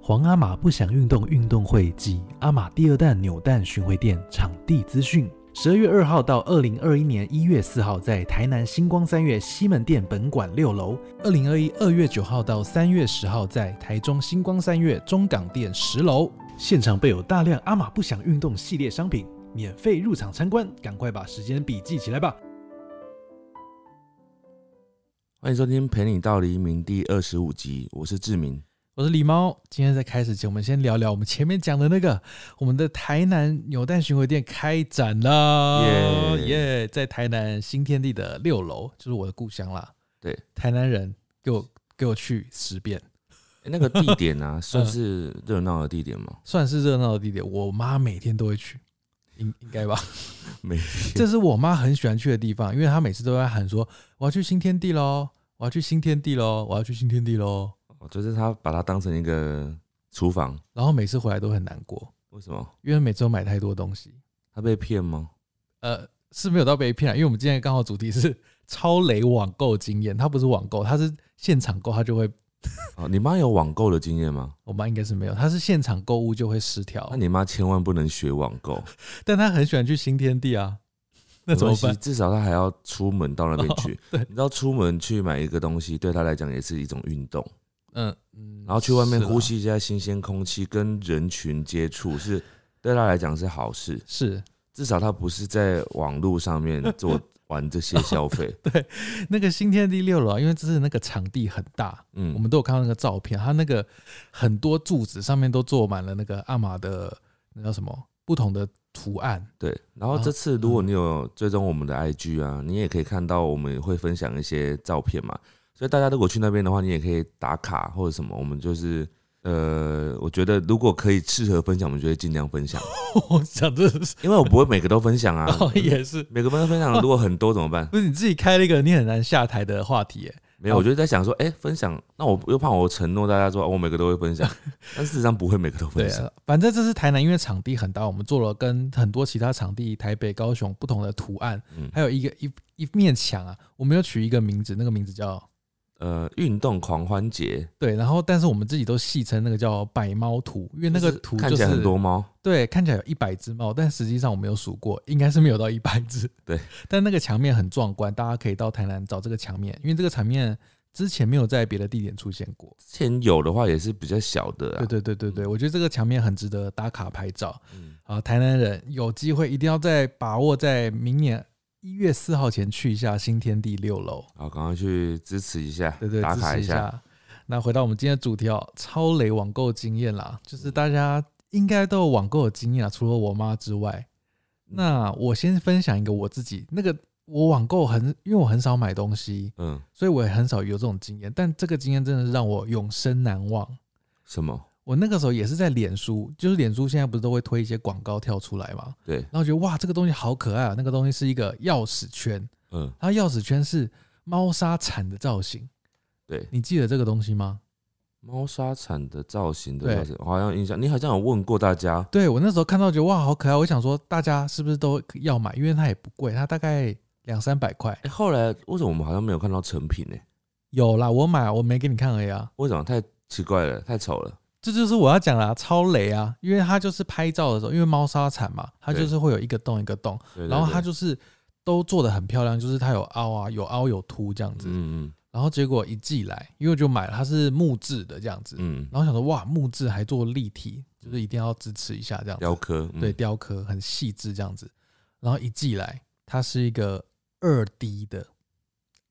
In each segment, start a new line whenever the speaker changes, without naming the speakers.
皇阿玛不想运动运动会及阿玛第二弹扭蛋巡回店场地资讯。十二月二号到二零二一年一月四号，在台南星光三月西门店本馆六楼；二零二一二月九号到三月十号，在台中星光三月中港店十楼。现场备有大量阿玛不想运动系列商品，免费入场参观，赶快把时间笔记起来吧！
欢迎收听《陪你到黎明》第二十五集，我是志明。
我是狸猫。今天在开始前，我们先聊聊我们前面讲的那个，我们的台南扭蛋巡回店开展了，
耶
耶！在台南新天地的六楼，就是我的故乡啦。
对，
台南人给我给我去十遍，
诶那个地点 啊，算是热闹的地点吗？
算是热闹的地点。我妈每天都会去，应应该吧？嗯
没 有，
这是我妈很喜欢去的地方，因为她每次都在喊说：“我要去新天地喽，我要去新天地喽，我要去新天地喽。
哦就是他把它当成一个厨房，”
然后每次回来都很难过，
为什么？
因为每次都买太多东西。
他被骗吗？
呃，是没有到被骗啊，因为我们今天刚好主题是 超雷网购经验，它不是网购，它是现场购，它就会，
哦，你妈有网购的经验吗？
我妈应该是没有，它是现场购物就会失调
那，你妈千万不能学网购，
但她很喜欢去新天地啊， 那怎么
没
办
关
哦
系？至少她还要出门到那边去。
对
你知道出门去买一个东西，对她来讲也是一种运动。
嗯嗯，
然后去外面
是啦
呼，吸一下新鲜空气，跟人群接触是对他来讲是好事，
是
至少他不是在网络上 面做玩这些消费。
那个新天地六楼啊，因为这是那个场地很大，
嗯，
我们都有看到那个照片，它那个很多柱子上面都做满了那个阿玛的那叫什么不同的图案，
对。然
啊
后这次如果你有追踪我们的 IG 啊，你也可以看到我们会分享一些照片嘛。所以大家如果去那边的话，你也可以打卡或者什么。我们就是呃，我觉得如果可以适合分享，我们就会尽量 分享，
我想这是
因为我不会每个都分享啊。
哦也是。
每个分享如果很多怎么办？
不是你自己开了一个你很难下台的话题耶，
没有，我就在想说，哎、分享，那我又怕我承诺大家说、哦我每个都会 分享，但事实上不会每个都分
对
享。
啊，反正这是台南，因为场地很大，我们做了跟很多其他场地，台北、高雄不同的图案，
嗯
还有一个一一面墙啊，我们有取一个名字，那个名字叫
呃，运动狂欢节，
对，然后但是我们自己都戏称那个叫百猫图，因为那个
就是
图
看
就
起
是
来很多猫，
对，看起来有一百只猫，但实际上我没有数过，应该是没有到一百只。
对，
但那个墙面很壮观，大家可以到台南找这个墙面，因为这个墙面之前没有在别的地点出现过。
之前有的话也是比较小的啊啦。
对对对对对，我觉得这个墙面很值得打卡拍照。
嗯
啊，台南人有机会一定要在把握在明年一月四号前去一下新天地六楼，
好，赶快去支持一下，
对对，
打
支
卡
持一
下。
下。那回到我们今天的主题哦，超雷网购经验啦，就是大家应该都有网购的经验啊，除了我妈之外。
嗯
那我先分享一个我自己，那个我网购很，因为我很少买东西，
嗯，
所以我也很少有这种经验，但这个经验真的是让我永生难忘。
什么？
我那个时候也是在脸书，就是脸书现在不是都会推一些广告跳出来嘛，
对，
然后觉得哇，这个东西好可爱啊！那个东西是一个钥匙圈，
嗯，
它钥匙圈是猫砂铲的造型。
对
你记得这个东西吗？
猫砂铲的造型
对
的造型，我好像印象，你好像有问过大家，
对我那时候看到觉得哇，好可爱！我想说大家是不是都要买？因为它也不贵，它大概两三百块
哎、。后来为什么我们好像没有看到成品呢、
有啦，我买啊，我没给你看而已啊。
为什么？太奇怪了，太丑了。
这就是我要讲啦，超雷啊！因为它就是拍照的时候，因为猫砂铲嘛，它
对
就是会有一个洞一个洞，
对对
然后它
对
就是都做的很漂亮，就是它有凹啊，有凹有凸这样子。
嗯
然后结果一寄来，因为我就买了，它是木质的这样子，
嗯嗯，
然后想说哇，木质还做立体，就是一定要支持一下这样
雕
子，
刻，嗯
对，，雕刻很细致这样子。然后一寄来，它是一个二 D 的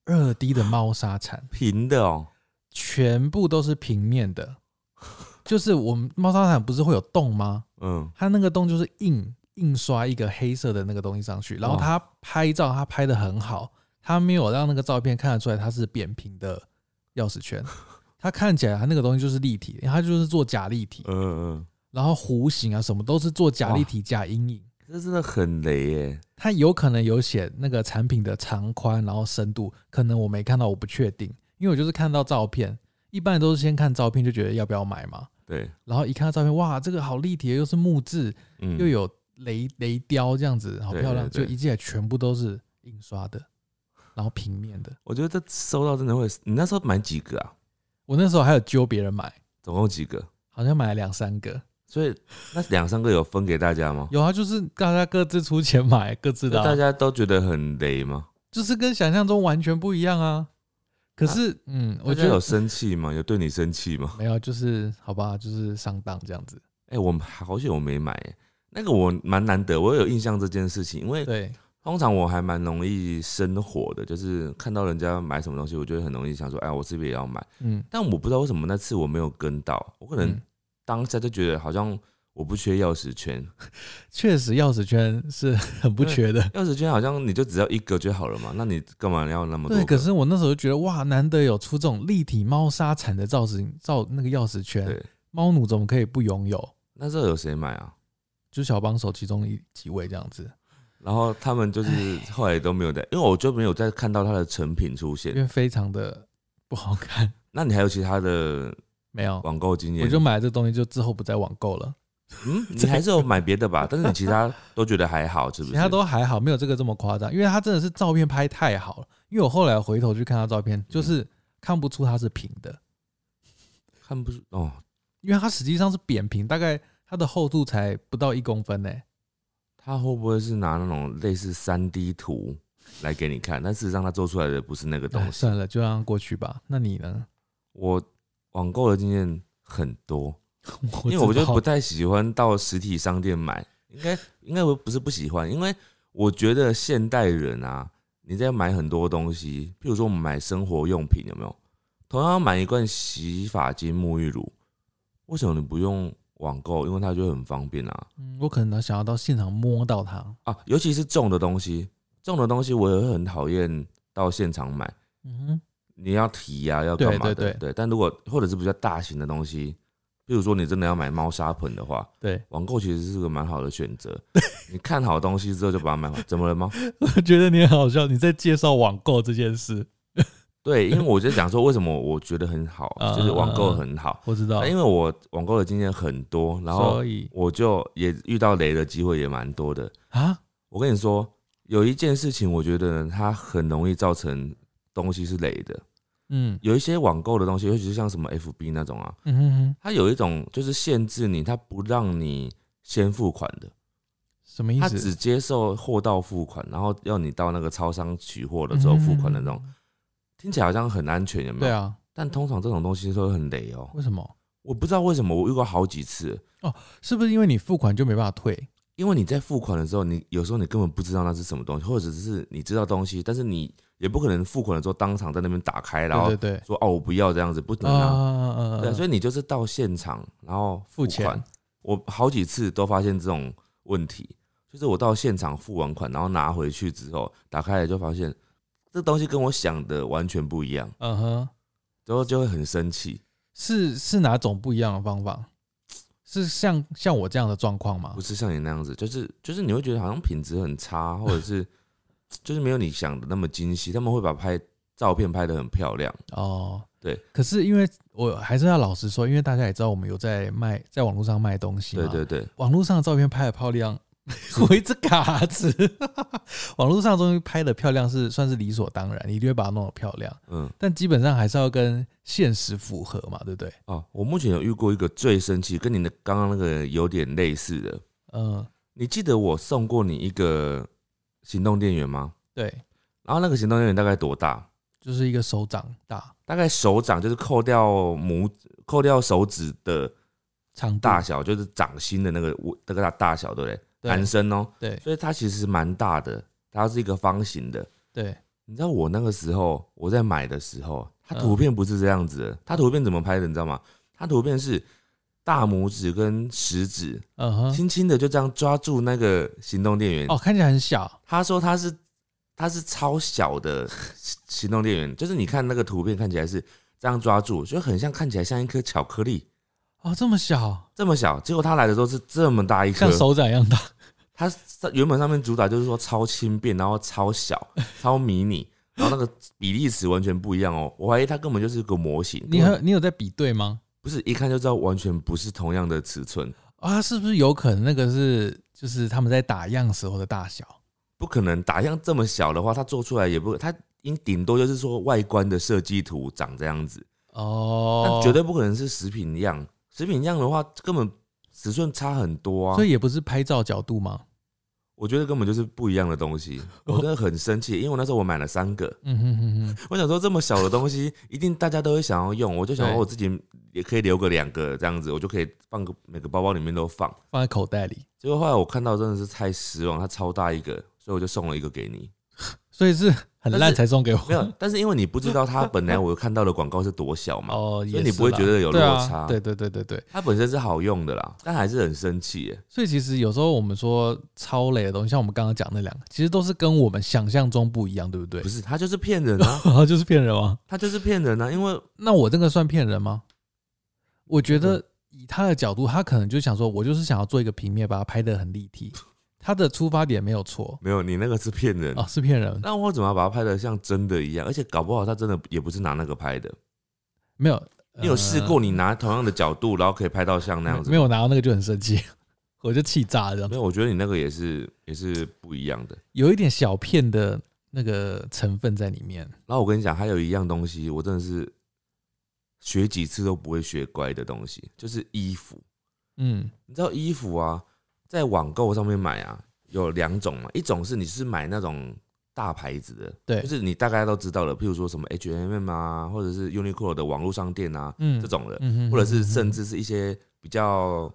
二 D 的猫砂铲，
平的哦、
全部都是平面的， 就是我们猫砂铲不是会有洞吗？
嗯，
它那个洞就是印印刷一个黑色的那个东西上去，然后
哇
它拍照，它拍的很好，它没有让那个照片看得出来它是扁平的钥匙圈，它看起来它那个东西就是立体的，因为它就是做假立体，
嗯嗯，
然后弧形啊什么都是做假立体、假阴影。
这真的很雷耶、
它有可能有写那个产品的长宽，然后深度，可能我没看到，我不确定，因为我就是看到照片，一般都是先看照片就觉得要不要买嘛，
对，
然后一看到照片，哇，这个好立体，又是木质，
嗯，
又有雷雷雕这样子，好
对
漂亮，
对
就
对
一进来全部都是印刷的，然后平面的。
我觉得这收到真的会，你那时候买几个啊？
我那时候还有揪别人买，
总共几个？
好像买了两三个。
所以那两三个有分给大家吗？
有啊，就是大家各自出钱买各自的啊、
大家都觉得很雷吗？
就是跟想象中完全不一样啊。可是，嗯，我
大
觉
家有
得
生气吗？有对你生气吗？
没有，就是好吧，就是上当这样子。
哎、我好险我没买、欸，那个我蛮难得，我有印象这件事情，因为
对，
通常我还蛮容易生火的，就是看到人家买什么东西，我就会很容易想说，哎，我是不是也要买？
嗯，
但我不知道为什么那次我没有跟到，我可能
嗯
当下就觉得好像我不缺钥匙圈，
确实钥匙圈是很不缺的。
钥匙圈好像你就只要一个就好了嘛，那你干嘛要那么多
对，
个？
可是我那时候就觉得哇，难得有出这种立体猫砂铲的造型，造那个钥匙圈
对，
猫奴怎么可以不拥有？
那时候有谁买啊？
就是小帮手其中一几位这样子，
然后他们就是后来都没有在，因为我就没有再看到它的成品出
因
现。
为非常的不好看。
那你还有其他的
没有，
网购经
哦
验？
我就买了这东西，就之后不再网购了。
嗯，你还是有买别的吧，但是你其他都觉得还好，是不
其
是？
他都还好，没有这个这么夸张，因为他真的是照片拍太好了。因为我后来回头去看他照
嗯
片，就是看不出它是平的，
看不出哦，
因为它实际上是扁平，大概它的厚度才不到一公分呢、
他会不会是拿那种类似三 D 图来给你看？但事实上他做出来的不是那个东
哎
西。
算了，就让它过去吧。那你呢？
我网购的经验很多，
我
因为我
知
就
道
不太喜欢到实体商店买，应该应该我不是不喜欢，因为我觉得现代人啊，你在买很多东西，譬如说我们买生活用品有没有？同样买一罐洗发精、沐浴乳，为什么你不用网购？因为它就很方便啊。
嗯我可能想要到现场摸到它。
啊，尤其是重的东西，重的东西我也会很讨厌到现场买，
嗯哼，
你要提呀、要干嘛的？
对对对
但如果或者是比较大型的东西，比如说你真的要买猫砂盆的话，
对，
网购其实是个蛮好的选择。 你看好东西之后就把它买回来，怎么了吗？
我觉得你很好笑，你在介绍网购这件事，
对，因为我就想说，为什么我觉得很好，
嗯
就是网购很好，
我知道。
因为我网购的经验很多，然后
啊所以
我就也遇到雷的机会也蛮多的。
啊，
我跟你说，有一件事情，我觉得呢它很容易造成东西是雷的。
嗯
有一些网购的东西，尤其是像什么 FB 那种啊，
嗯哼哼，
它有一种就是限制你，它不让你先付款的，
什么意
它
思
只？接受货到付款，然后要你到那个超商取货的时候付款的那种。
嗯。
听起来好像很安全，有没
对
有？
啊，
但通常这种东西都会很雷哦、
为什么？
我不知道为什么，我遇过好几次，
是不是因为你付款就没办法退？
因为你在付款的时候，你有时候你根本不知道那是什么东西，或者只是你知道东西，但是你也不可能付款的时候当场在那边打开，然后
对对
说哦我不要这样子，不
对，
能啊。
啊
对，所
以
以你就是到现场，然后
付
款。
钱
我好几次都发现这种问题，就是我到现场付完款，然后拿回去之后打开来就发现这东西跟我想的完全不一样，
嗯哼，
然后就会很生气。
是是哪种不一样的方法？是像像我这样的状况吗
不？是像你那样子，就是就是你会觉得好像品质很差，或 者是就是没有你想的那么精细。他们会把拍照片拍得很漂亮，
哦，
对。
可是因为我还是要老实说，因为大家也知道我们有在卖，在网络上卖东西嘛。
对对对，
网络上的照片拍的漂亮，我一直卡子。网络上的东西拍的漂亮是算是理所当然，你一定会把它弄得漂亮，
嗯
但基本上还是要跟现实符合嘛，对不对？
哦，我目前有遇过一个最生气，跟你的刚刚那个有点类似的，
嗯，
你记得我送过你一个行动电源吗？
对，
然后那个行动电源大概多大？
就是一个手掌大
大概手掌就是扣掉拇扣掉手指的
长度
大小，就是掌心的那个我那个大大小，对不对？
嗯对
男生哦、
对
所以它其实蛮大的，它是一个方形的。
对，
你知道我那个时候我在买的时候，它
嗯
图片不是这样子的，它图片怎么拍的？你知道吗？它图片是大拇指跟食指
嗯哼，
轻轻的就这样抓住那个行动电源
哦，，看起来很小，
他说他是他是超小的行动电源，就是你看那个图片看起来是这样抓住，就很像看起来像一颗巧克力
哦，这么小，
这么小。结果他来的时候是这么大一颗
像，手掌一样大，
他原本上面主打就是说超轻便，然后超小、超迷你，然后那个比例尺完全不一样哦。我怀疑他根本就是个模型，
你
根
有
本
你有在比对吗？
不是一看就知道完全不是同样的尺寸，
啊，是不是有可能那个是就是他们在打样时候的大小？
不可能打样这么小的话，它做出来也不它。应顶多就是说外观的设计图长这样子，
哦
但，绝对不可能是食品一样，食品样的话，根本尺寸差很多啊。
所以也不是拍照角度嘛。
我觉得根本就是不一样的东西，
哦
我真的很生气，因为我那时候我买了三个，
嗯哼哼哼，
我想说这么小的东西，一定大家都会想要用，我就想
对
说我自己也可以留个两个这样子，我就可以放个每个包包里面都放。
放在口袋里，
结果后来我看到真的是太失望，它超大一个，所以我就送了一个给你。
所以是很
但
烂
是
才送给我。
没 有，但是因为你不知道它本来我看到的广告是多小嘛，
哦，
所
也
以你
是
不会
啦
觉得有
对啊
落差
对对对对对，
它本身是好用的啦，但还是很生气耶。
所以其实有时候我们说超累的东西，像我们刚刚讲那两个，其实都是跟我们想象中不一样，对不对
不？是，它就是骗人啊，
就是骗人吗？
它就是骗人啊，因为
那我这个算骗人吗？我觉得以他的角度，他可能就想说，我就是想要做一个平面，把它拍得很立 体。他的出发点没有错
没有你那个是骗人
啊、是骗人，
那我怎么要把它拍的像真的一样？而且搞不好他真的也不是拿那个拍的。
没有。
你有试
呃
过你拿同样的角度，然后可以拍到像那样子？
没有拿到那个就很生气，我就气炸了这样
没。有，我觉得你那个也是也是不一样的。
有一点小片的那个成分在里面。
然后我跟你讲，还有一样东西，我真的是学几次都不会学乖的东西，就是衣服。
嗯，
你知道衣服啊，在网购上面买啊，有两种嘛，一种是你是买那种大牌子的，
对
就是你大概都知道的，譬如说什么 H&M 啊，或者是 Uniqlo 的网络商店啊，
嗯
这种的，
嗯哼
或者是甚至是一些比较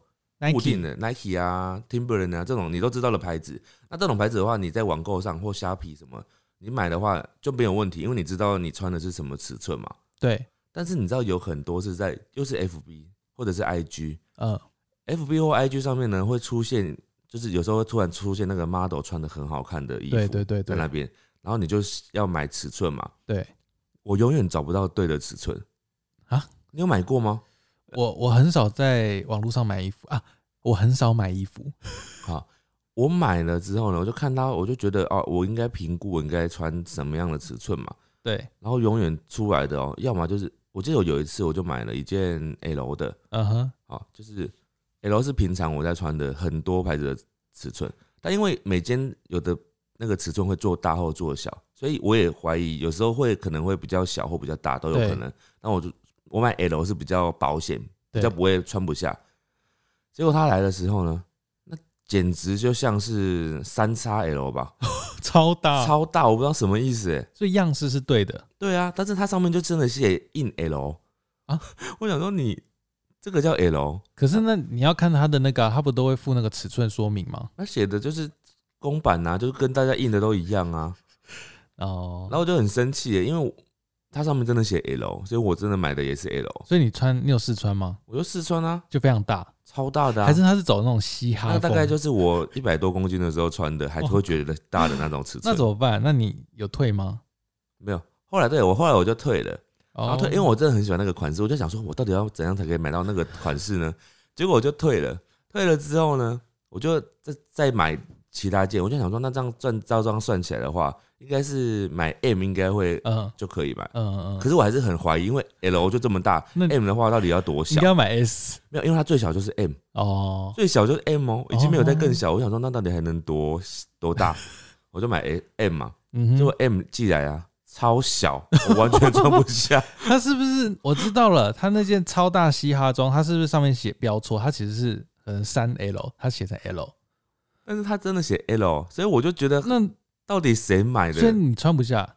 固定
Nike
的 Nike 啊、Timberland 啊这种你都知道的牌子。那这种牌子的话，你在网购上或虾皮什么，你买的话就没有问题，因为你知道你穿的是什么尺寸嘛。
对，
但是你知道有很多是在又是 FB 或者是 IG、
嗯
FB 或 IG 上面呢会出现，就是有时候会突然出现那个 model 穿的很好看的衣服，
对对对
在那
对
边，然后你就是要买尺寸嘛。
对，
我永远找不到对的尺寸
啊！
你有买过吗？
我我很少在网络上买衣服啊，我很少买衣服。
好，我买了之后呢，我就看它，我就觉得哦，我应该评估我应该穿什么样的尺寸嘛。
对，
然后永远出来的哦，要么就是我记得我有一次我就买了一件 L 的，
嗯哼，
哦，就是 L 是平常我在穿的很多牌子的尺寸，但因为每间有的那个尺寸会做大或做小，所以我也怀疑有时候会可能会比较小或比较大都有
对
可能。那我就我买 L 是比较保险，比
对
较不会穿不下。结果他来的时候呢，那简直就像是三叉 L 吧，
超大，
超大，我不知道什么意思哎、
所以样式是对的。
啊对啊，但是它上面就真的写印 L
啊，
我想说你这个叫 L，
可是那你要看它的那个啊、它不都会附那个尺寸说明吗？
他写的就是公版啊，就是跟大家印的都一样啊。
哦
然，后我就很生气欸耶，因为我它上面真的写 L，所以我真的买的也是 L，
所以你穿你有试穿吗？
我就试穿啊，
就非常大，
超大的、啊，
还是它是走那种嘻哈
那
风？
大概就是我一百多公斤的时候穿的，还
哇
会觉得大 的那种尺寸。
那怎么办？那你有退吗？
没有，后来对我后来我就退了，然
哦
啊后退，因为我真的很喜欢那个款式，我就想说我到底要怎样才可以买到那个款式呢？结果我就退了，退了之后呢，我就再再买其他件，我就想说那这样算照这样算起来的话，应该是买 M 应该会
嗯
就可以买。
嗯嗯，
可是我还是很怀疑，因为 L 就这么大
那
，M 的话到底要多
应
小
该？要买 S
没有，因为它最小就是 M，
哦，
最小就是 M 哦，已经没有再更小。我想说，那到底还能多多大？ 我就买 A- M 嘛，
嗯
结
哼
果，M 寄来啊，超小，我完 全穿不下。
他是不是我知道了？他那件超大嘻哈装，他是不是上面写标错？他其实是可能三 L，他写成 L，
但是它真的写 L，所以哦我就觉得
那
到底谁买
所以
的
你穿不下，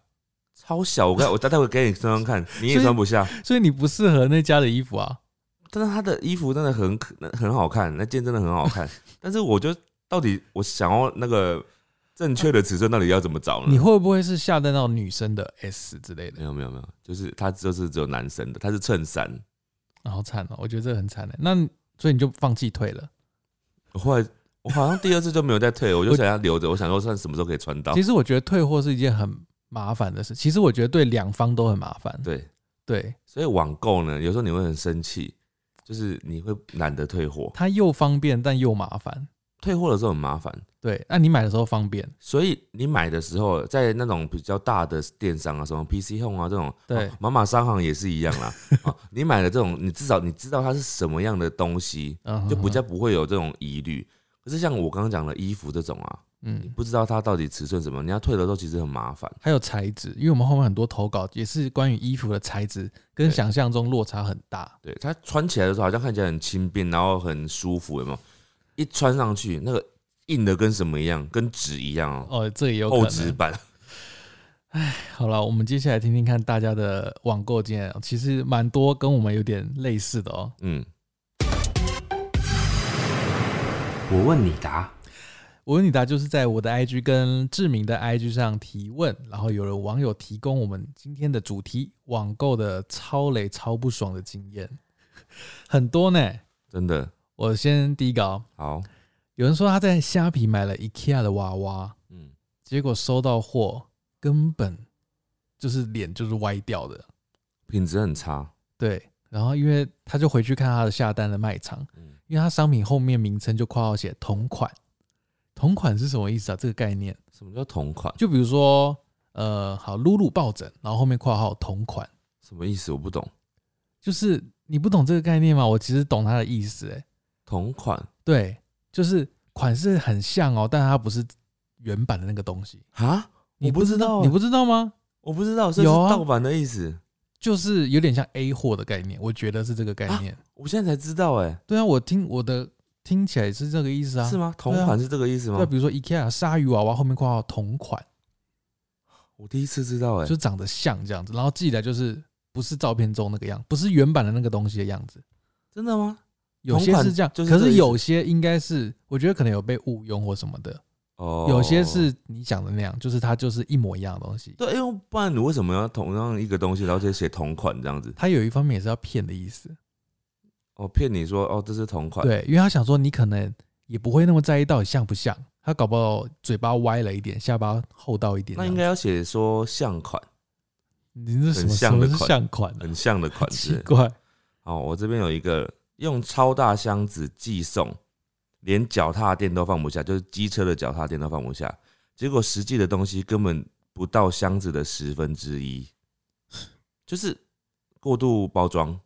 超小？我该我待会给你穿穿 看，你也
所以
穿不下。
所以你不适合那家的衣服啊。
但是他的衣服真的很可很好看，那件真的很 好看。但是我就到底我想要那个正确的尺寸，到底要怎么找呢？
你会不会是下单到女生的 S 之类的
没？有没有没有，就是它就是只有男生的，它是衬衫。
啊好惨哦，我觉得这个很惨的。那所以你就放弃退了。
我后来我好像第二次就没有再退了，我就想要留着，我想说看什么时候可以穿到
其。实我觉得退货是一件很麻烦的事，其实我觉得对两方都很麻烦。
对，
对，
所以网购呢，有时候你会很生气，就是你会懒得退货，
它又方便但又麻烦。
退货的时候很麻烦。
对，那你买的时候方便，
所以你买的时候，在那种比较大的电商啊，什么 PC Home 啊这种，
对
哦妈妈商行也是一样啦。哦你买的这种，你至少你知道它是什么样的东西，
嗯哼哼，
就比较不会有这种疑虑。可是像我刚刚讲的衣服这种啊，你
嗯，
不知道它到底尺寸什么，你要退的时候其实很麻烦。
还有材质，因为我们后面很多投稿也是关于衣服的材质，跟
对
想象中落差很大。
对，它穿起来的时候好像看起来很轻便，然后很舒服，有没有？一穿上去，那个硬的跟什么一样，跟纸一样哦，
哦，这也有可
厚纸
能。
板。
好了，我们接下来听听看大家的网购经验，其实蛮多跟我们有点类似的哦。
嗯，
我问你答，
我问你答就是在我的 IG 跟志明的 IG 上提问，然后有人网友提供我们今天的主题网购的超雷超不爽的经验，很多呢。
真的
我先第一个、哦，
好。
有人说他在虾皮买了 IKEA 的娃娃，
嗯，
结果收到货根本就是脸就是歪掉的，
品质很差。
对。然后因为他就回去看他的下单的卖场，
嗯，
因为他商品后面名称就括号写同款，同款是什么意思啊？这个概念？
什么叫同款？
就比如说，呃，好，露露抱枕，然后后面括号同款，
什么意思？我不懂。
就是你不懂这个概念吗？我其实懂它的意思、欸，
同款
对，就是款式很像哦，但它不是原版的那个东西。
啊？
你
我不知道
你不知道啊吗？
我不知道，这是
有啊
盗版的意思。
就是有点像 A 货的概念，我觉得是这个概念。
我现在才知道，哎，
对啊，我听我的听起来是这个意思啊。
是
吗？
吗？同款是这个意思吗
对，？比如说 IKEA 鲨鱼娃娃后面括号同款，
我第一次知道，哎
就，长得像这样子，然后寄来就是不是照片中那个样，不是原版的那个东西的样子。
真的吗？
有些是这样，
同款就是这
可
个
是有些应该是，我觉得可能有被误用或什么的。
哦
有些是你讲的那样，就是它就是一模一样的东西。
对，因为不然你为什么要同样一个东西，然后就写同款这样子？
它有一方面也是要骗的意思，
哦，骗你说哦，这是同款。
对，因为他想说你可能也不会那么在意到底像不像，他搞不好嘴巴歪了一点，下巴厚道一点这
那
样
应
子。
该要写说像款，
你这什么
很
什
像
么
的
是
款
像款呢、
很像的 款
奇
式。
怪，
哦，我这边有一个用超大箱子寄送，连脚踏垫都放不下，就是机车的脚踏垫都放不下，结果实际的东西根本不到箱子的十分之一，就是过度包装。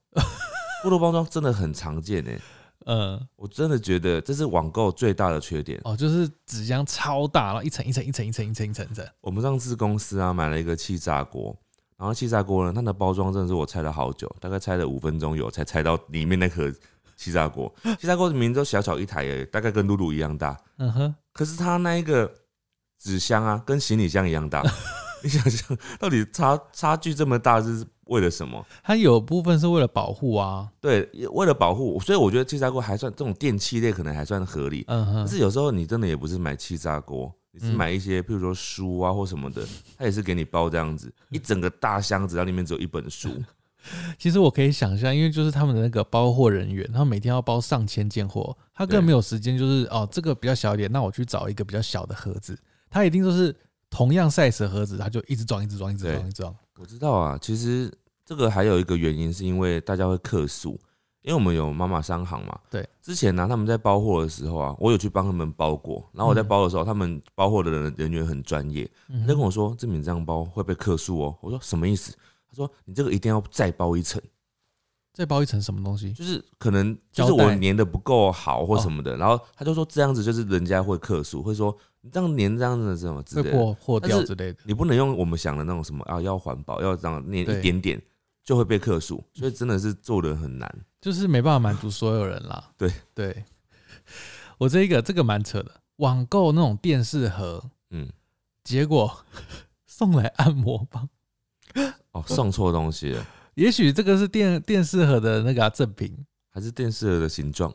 过度包装真的很常见诶、
嗯，
我真的觉得这是网购最大的缺点。
哦，就是纸箱超大，然后一层一层一层一层一层一层一层，
我们上次公司啊买了一个气炸锅，然后气炸锅呢，它的包装真的是我拆了好久，大概拆了五分钟有，才拆到里面那盒气炸锅。 气炸锅明明就小小一台而已，大概跟露露一样大，
嗯哼，
可是它那一个纸箱啊，跟行李箱一样大。 你想想，到底差差距这么大是为了什么？
它有部分是为了保护啊，
对，为了保护，所以我觉得气炸锅还算这种电器类可能还算合理。
嗯
可
哼，
是有时候你真的也不是买气炸锅，你是
嗯
买一些，譬如说书啊或什么的，它也是给你包这样子，一整个大箱子，然后里面只有一本 书。
其实我可以想象，因为就是他们的那个包货人员，他们每天要包上千件货，他根本
对
没有时间，就是哦，这个比较小一点，那我去找一个比较小的盒子，他一定都是同样 size 的盒子，他就一直装，一直装，一直
对
装，一直装。
我知道啊，其实这个还有一个原因是因为大家会客诉，因为我们有妈妈商行嘛。
对，
之前呢、他们在包货的时候啊，我有去帮他们包过，然后我在
嗯
包的时候，他们包货的人人员很专业，
嗯
他就跟我说：“志敏这样包会被客诉哦。”我说：“什么意思？”他说：“你这个一定要再包一层。”
再包一层什么东西？
就是可能就是
胶
我
带
粘的不够好或什么
哦
的，然后他就说这样子就是人家会客诉，会说你这样粘这样子什么之
会
类的，
破破
但
掉
是
之类的。
你不能用我们想的那种什么啊要环保要这样粘
对
一点点就会被客诉，所以真的是做的很难。
就是没办法满足所有人啦。
对
对，我这一个这个蛮扯的，网购那种电视盒，
嗯，
结果 送来按摩棒，
哦，送错东西了，
也许这个是电电视盒的那个啊、赠 品
还是电视的形状，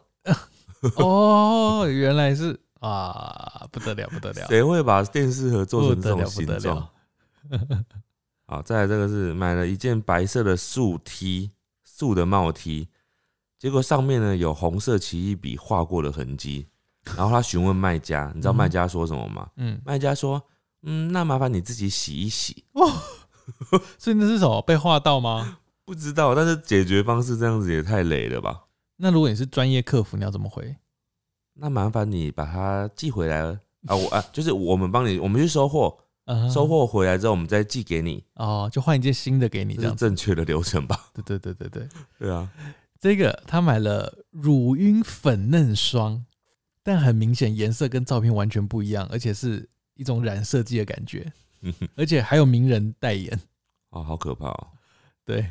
哦，原来是啊，不得了不得了，
谁会把电视盒做
不
成这
得
种
了不
形
得
状
了？，
好，再来这个是买了一件白色的竖 T，竖的帽 T，结果上面呢有红色奇异笔画过的痕迹。然后他询问卖家，你知道卖家说什么吗？
嗯，
卖家说：“嗯，那麻烦你自己洗一洗。
哦所以那是什么被画到吗？”
不知道，但是解决方式这样子也太累了吧？
那如果你是专业客服，你要怎么回？
那麻烦你把它寄回来啊！我啊，就是我们帮你，我们去收货，
嗯，
收货回来之后我们再寄给你，
哦，就换一件新的嗯给你这
这是
样子。
正确的流程吧？
对对对对对，
对啊，
这个他买了乳晕粉嫩霜，但很明显颜色跟照片完全不一样，而且是一种染设计的感觉，
嗯
而且还有名人代言。
哦，好可怕哦！
对，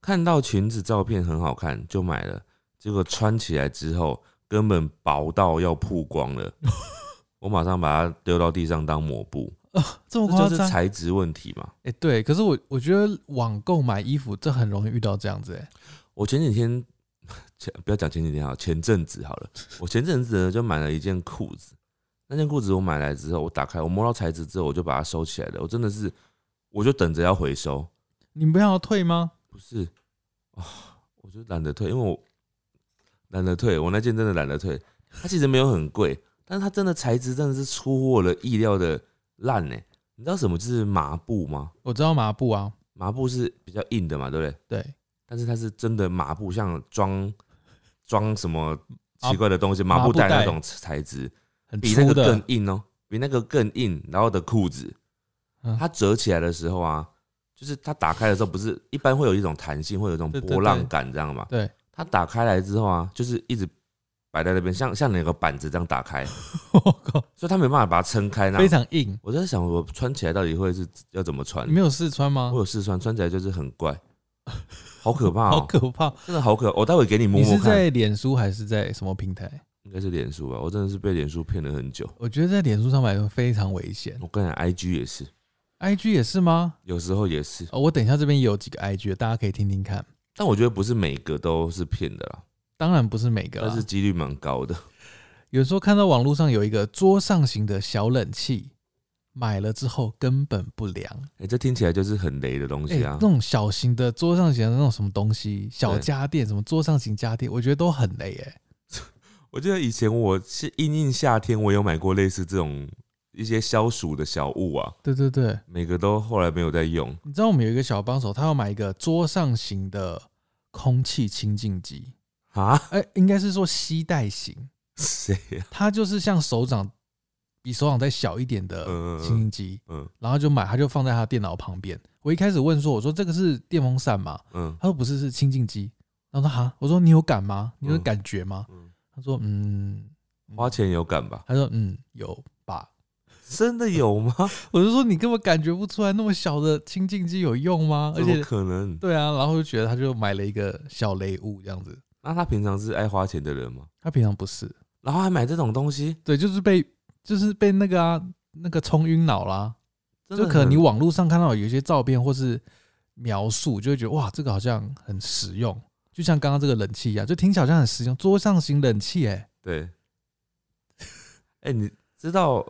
看到裙子照片很好看就买了，结果穿起来之后根本薄到要曝光 了，我马上把它丢到地上当抹布，
啊，这么
这
夸
就是
张？哎、
材质问题嘛。
对，可是我我觉得网购买衣服这很容易遇到这样子、哎，
我前几天 前不要讲前几天好，啊前阵子好了，我前阵子呢就买了一件裤子，那件裤子我买来之后，我打开我摸到材质之后，我就把它收起来了。我真的是，我就等着要回收，
你们要退吗？
不是啊、我就懒得退，因为我懒得退，我那件真的懒得退。它其实没有很贵，但是它真的材质真的是出乎我的意料的烂呢、你知道什么就是麻布吗？
我知道麻布啊，
麻布是比较硬的嘛，对不对？
对，
但是它是真的麻布，像装装什么奇怪的东西，麻布
麻布
袋
袋
那种材质，
很
比那
粗
个
的
更，硬哦、比那个更硬。然后的裤子，
嗯
它折起来的时候啊，就是它打开的时候，不是一般会有一种弹性，会有一种
对对
波浪感，这样嘛？
对，
它打开来之后啊，就是一直摆在那边，像像两个板子这样 打开，
我靠，
所以它没办法把它撑开。那
非常硬。
我在想，我穿起来到底会是要怎么穿
你？没有试穿吗
我？有试穿，穿起来就是很 怪，好可怕、哦，
好可怕！
真的好可。我待会给你摸
你
摸
是
看。
在脸书还是在什么平台？
应该是脸书吧，我真的是被脸书骗了很久。
我觉得在脸书上买非常危险
我跟你讲，IG 也是，
，IG 也是吗？
有时候也是，
哦，我等一下这边也有几个 IG，大家可以听听看。
但我觉得不是每个都是骗的啦，
当然不是每个
但
啦，
是几率蛮高的。
有时候看到网络上有一个桌上型的小冷气，买了之后根本不凉。
哎、这听起来就是很雷的东
哎、
西啊
那！种小型的桌上型的那种什么东西，小家电，什么桌上型家电，我觉得都很累哎、
我记得以前我是因应夏天，我有买过类似这种一些消暑的小物啊，
对对对，
每个都后来没有在用。
你知道我们有一个小帮手，他要买一个桌上型的空气清净机，
啊？
哎、应该是说吸带型，
谁啊呀、
它就是像手掌比手掌再小一点的
嗯嗯嗯
清净机，
嗯
然后就买，他就放在他电脑旁边。我一开始问说，我说这个是电风扇吗？
嗯
他说不是，是清净机。然后我说哈，我说你有感吗？你有
嗯
感觉吗？
嗯，
他说嗯，
花钱有感吧？
他说嗯 有吧。
真的有吗？
我就说你根本感觉不出来，那么小的清净机有用吗？而
怎么
且
可能？
对啊，然后就觉得他就买了一个小雷物这样子。
那他平常是爱花钱的人吗？
他平常不是，
然后还买这种东西，
对，就是被就是被那个啊那个冲晕脑啦，
真的
就可能
很
你网络上看到有一些照片或是描述，就会觉得哇，这个好像很实用，就像刚刚这个冷气一样，就听起来好像很实用，桌上型冷气哎、
对， 哎、你知道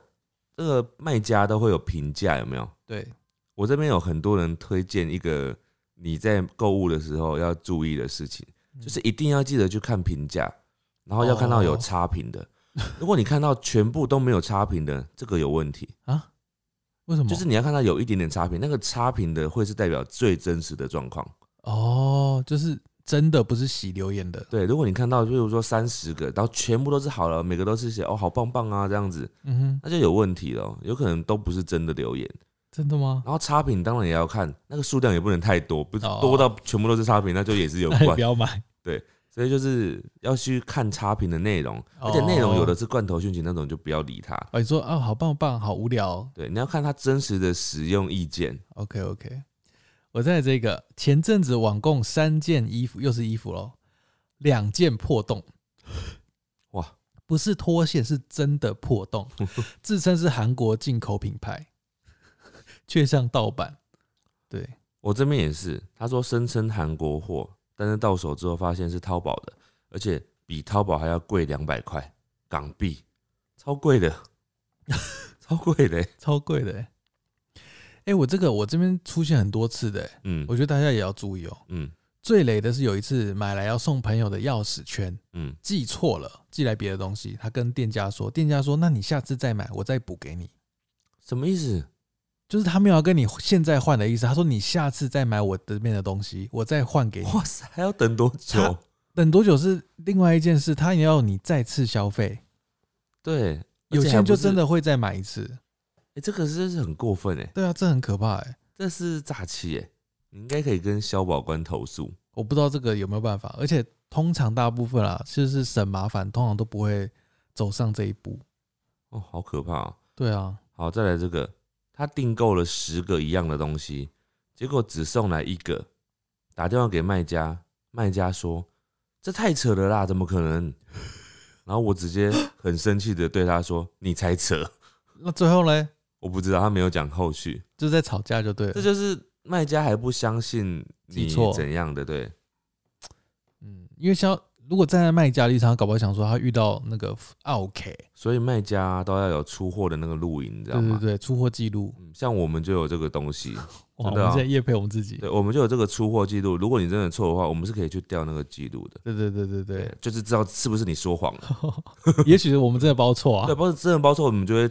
这个卖家都会有评价有没有？
对，
我这边有很多人推荐一个你在购物的时候要注意的事情，就是一定要记得去看评价，然后要看到
嗯
有
哦
差评的。如果你看到全部都没有差评的，这个有问题。
啊？为什么？
就是你要看到有一点点差评，那个差评的会是代表最真实的状况。
哦，就是真的不是洗留言的，
对，如果你看到，比如说三十个，然后全部都是好了，每个都是写哦好棒棒啊这样子，
嗯哼，
那就有问题了，有可能都不是真的留言。
真的吗？
然后差评当然也要看，那个数量也不能太多，不是
哦
多到全部都是差评，那就也是有
那
怪
不。要买，
所以就是要去看差评的内容，
哦
而且内容有的是罐头讯息那种，就不要理它。
哦，你说啊，好棒棒，好无聊哦
对，你要看它真实的使用意见。
，OK OK。我在这个前阵子网购三件衣服，又是衣服喽，两件破洞，
哇，
不是脱线，是真的破洞，自称是韩国进口品牌， 却像盗版。对，
我这边也是，他说声称韩国货，但是到手之后发现是淘宝的，而且比淘宝还要贵两百块港币，超贵的， 超贵的欸。
超贵的欸、哎、我这个我这边出现很多次的欸、
嗯
我觉得大家也要注意哦。
嗯
最雷的是有一次买来要送朋友的钥匙圈，
嗯，
寄错了，寄来别的东西。他跟店家说，店家说，那你下次再买，我再补给你。
什么意思？
就是他没有要跟你现在换的意思，他说你下次再买我这边的东西，我再换给你。
哇塞，还要等多久
他？等多久是另外一件事，他也要你再次消费。
对，而
有
且
些
还
人
不
就是真的会再买一次，
哎、这个真是很过分哎、
对啊，这很可怕哎、
这是诈欺哎，你应该可以跟消保官投诉。
我不知道这个有没有办法，而且通常大部分啊，就是省麻烦，通常都不会走上这一步。
哦，好可怕、哦。
对啊，
好，再来这个，他订购了十个一样的东西，结果只送来一个，打电话给卖家，卖家说这太扯了啦，怎么可能？ 然后我直接很生气的对他说：“你才扯
那最后嘞，！”
我不知道他没有讲后续，
就在吵架就对
这
了。
就是卖家还不相信你
记错
怎样的，对，
嗯，因为像如果站在卖家立场，搞不好想说他遇到那个 OK，
所以卖家都要有出货的那个录影，你知道
对
吗
对？对，出货记录。
嗯像我们就有这个东西，
哇，
真
我
的
们
啊
现在夜配我们自己。
对，我们就有这个出货记录。如果你真的错的话，我们是可以去调那个记录的，
对对对对对，
就是知道是不是你说谎了。
也许我们真的包错啊
对，。不是真的包错，我们就会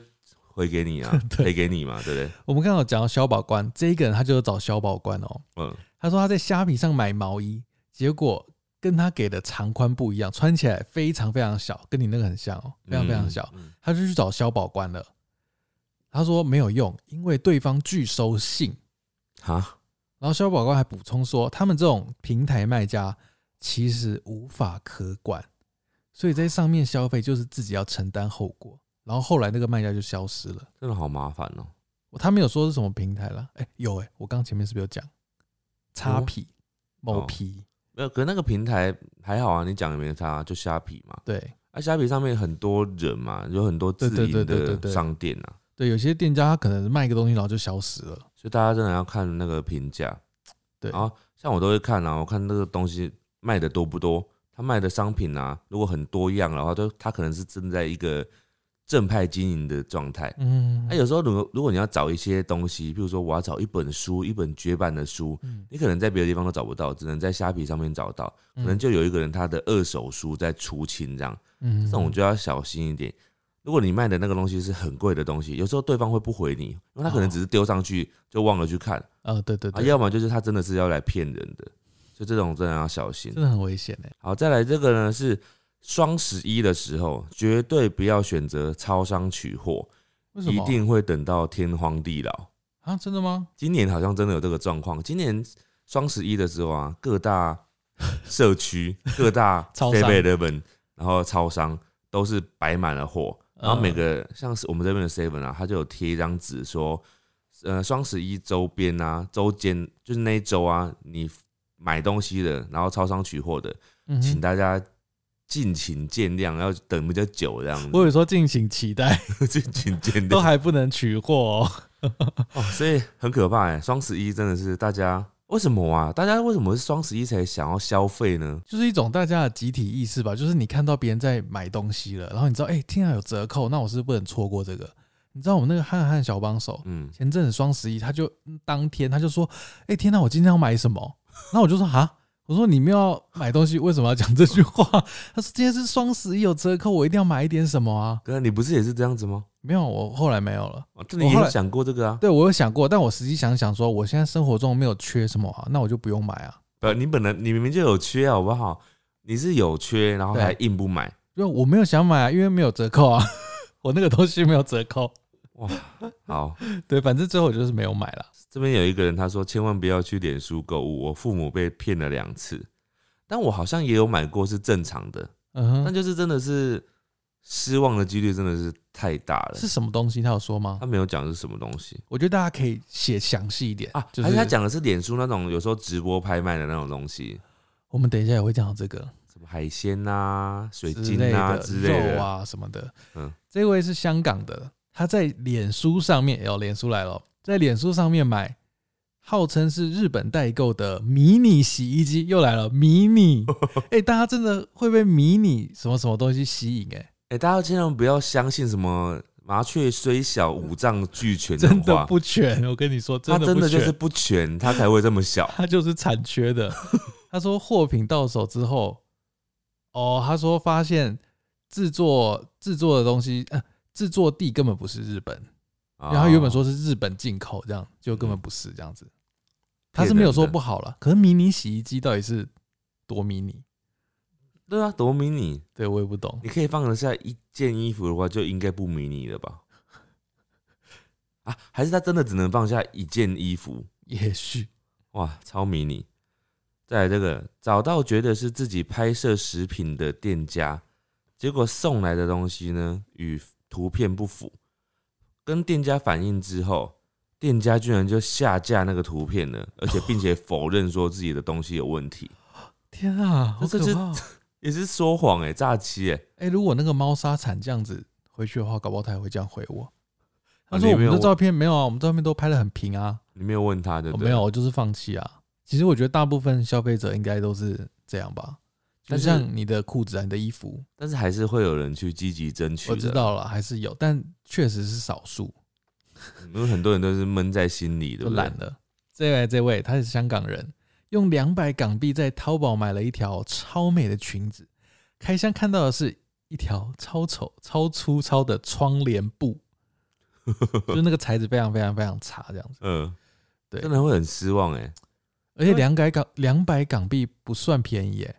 回给你啊，
对
赔给你嘛，对不对？
我们刚好讲到消保官，这一个人他就是找消保官哦。
嗯，
他说他在虾皮上买毛衣，结果跟他给的长宽不一样，穿起来非常非常小，跟你那个很像哦，非常非常小。
嗯。嗯
他就去找消保官了，他说没有用，因为对方拒收信。
哈，
然后消保官还补充说，他们这种平台卖家其实无法可管，所以在上面消费就是自己要承担后果。然后后来那个卖家就消失了，
真的好麻烦哦。
他没有说是什么平台啦，哎、有哎、我刚前面是不是有讲？叉
哦
皮某
啊哦
皮，
没有，可那个平台还好啊，你讲也没差，就虾皮嘛。
对
啊，虾皮上面很多人嘛，有很多自
对对
营
对对对
的
对
商店啊，
对，有些店家他可能卖一个东西然后就消失了，
所以大家真的要看那个评价。
对，
然后像我都会看啊，我看那个东西卖的多不多，他卖的商品啊，如果很多样的话，就他可能是正在一个正派经营的状态。啊
嗯，
哎那、有时候如果如果你要找一些东西，譬如说我要找一本书，一本绝版的书，
嗯，
你可能在别的地方都找不到，只能在虾皮上面找到。
可
可能就有一个人他的二手书在出清，这样
嗯，这
这种就要小心一点。如果你卖的那个东西是很贵的东西，有时候对方会不回你，因为他可能只是丢上去就忘了去看，
呃，对对
啊，
哦对，
要么就是他真的是要来骗人的，所以这种真的要小心
真。的很危险哎，
好，再来这个呢是双十一的时候，绝对不要选择超商取货，
为什
一
么？
定会等到天荒地老。
啊，真的吗？
今年好像真的有这个状况。今年双十一的时候啊，各大社 区、各大
超商
Seven Eleven，然后超商都是摆满了货，
嗯
然后每个、像是我们这边的 Seven 啊，它就有贴一张纸说，呃，双十一周边啊、周间，就是那一周啊，你买东西的，然后超商取货的，
嗯
请
哼，
大家。尽情见谅，要等比较久这样
我
子，
有说敬请期待，
尽情见
都
谅、
还不能取货哦。
哦，所以很可怕哎，双十一真的是大家为什么啊？大家为什么是双十一才想要消费呢？
就是一种大家的集体意识吧，就是你看到别人在买东西了，然后你知道，哎、天啊有折扣，那我是不能错过这个。你知道我们那个汉汉小帮手，
嗯，
前阵子双十一，他就嗯当天他就说，哎、天哪，我今天要买什么？那我就说哈，我说你们要买东西，为什么要讲这句话？他说今天是双十一有折扣，我一定要买一点什么啊？
哥，你不是也是这样子吗？
没有，我后来没有了。
哦，这你也
我后
有
来
想过这个啊？
对我有想过，但我实际想想说，我现在生活中没有缺什么啊，那我就不用买啊，
不，你本来你明明就有缺好不好？你是有缺，然后
对
还硬不买，
因为我没有想买啊，因为没有折扣啊， 我那个东西没有折扣。
哇！好，
对，反正最后我就是没有买了。
这边有一个人他说，千万不要去脸书购物，我父母被骗了两次，但我好像也有买过，是正常的，
嗯哼，
但就是真的是失望的几率真的是太大了
是。什么东西？他有说吗
他？没有讲是什么东西，
我觉得大家可以写详细一点
啊，
就
还
是
是他讲的是脸书那种有时候直播拍卖的那种东西，
我们等一下也会讲到这个
什么海鲜呐、水
之
晶
类
啊
的
之类
肉
的。
啊什么的。嗯
嗯，
这位是香港的，他在脸书上面，哦，脸书来了哦，在脸书上面买，号称是日本代购的迷你洗衣机，又来了迷 你。哎、大家真的会被迷你什么什么东西吸引、 哎，
哎、大家千万不要相信什么麻雀虽小五脏俱全这
真
种
的
话，
不全，我跟你说，真
它
的
真
不
的就
全
是不全，它才会这么小。
他就是残缺 的。他说货品到手之后，哦，他说发现制作制作的东西，呃，制作地根本不是日本，
啊哦
然后他原本说是日本进口，这样就根本不是这样子。他是没有说不好了，可是迷你洗衣机到底是多迷你？
哦，对啊，多迷你，
对我也不懂
你。可以放得下一件衣服的话，就应该不迷你了吧？ 啊，还是它真的只能放下一件衣服？
也许
哇，超迷你！再来这个，找到觉得是自己拍摄食品的店家，结果送来的东西呢与图片不符，跟店家反映之后，店家居然就下架那个图片了，而且并且否认说自己的东西有问题，
天啊，好
这
可
就是
怕哦！
也是说谎哎、诈欺哎、
哎、如果那个猫砂铲这样子回去的话，搞不好他也会这样回我。他
啊
说
你
我们
没
的
有
照片没有啊，我们照片都拍的很平啊。
你没有问他对
我
不
哦
对？
没有，，我就是放弃啊。其实我觉得大部分消费者应该都是这样吧，就
但是
像你的裤子啊、你的衣服，
但是还是会有人去积极争取的。
我知，道了，还是有，但确实是少数，
因为嗯很多人都是闷在心里，对
就
不对
懒？了。这位这位，他是香港人，用两百港币在淘宝买了一条超美的裙子，开箱看到的是一条超丑、超粗糙的窗帘 布，就是那个材质非常非常非常差这样子。
嗯，
对
真的会很失望哎、
而且两百港两百港币不算便宜耶、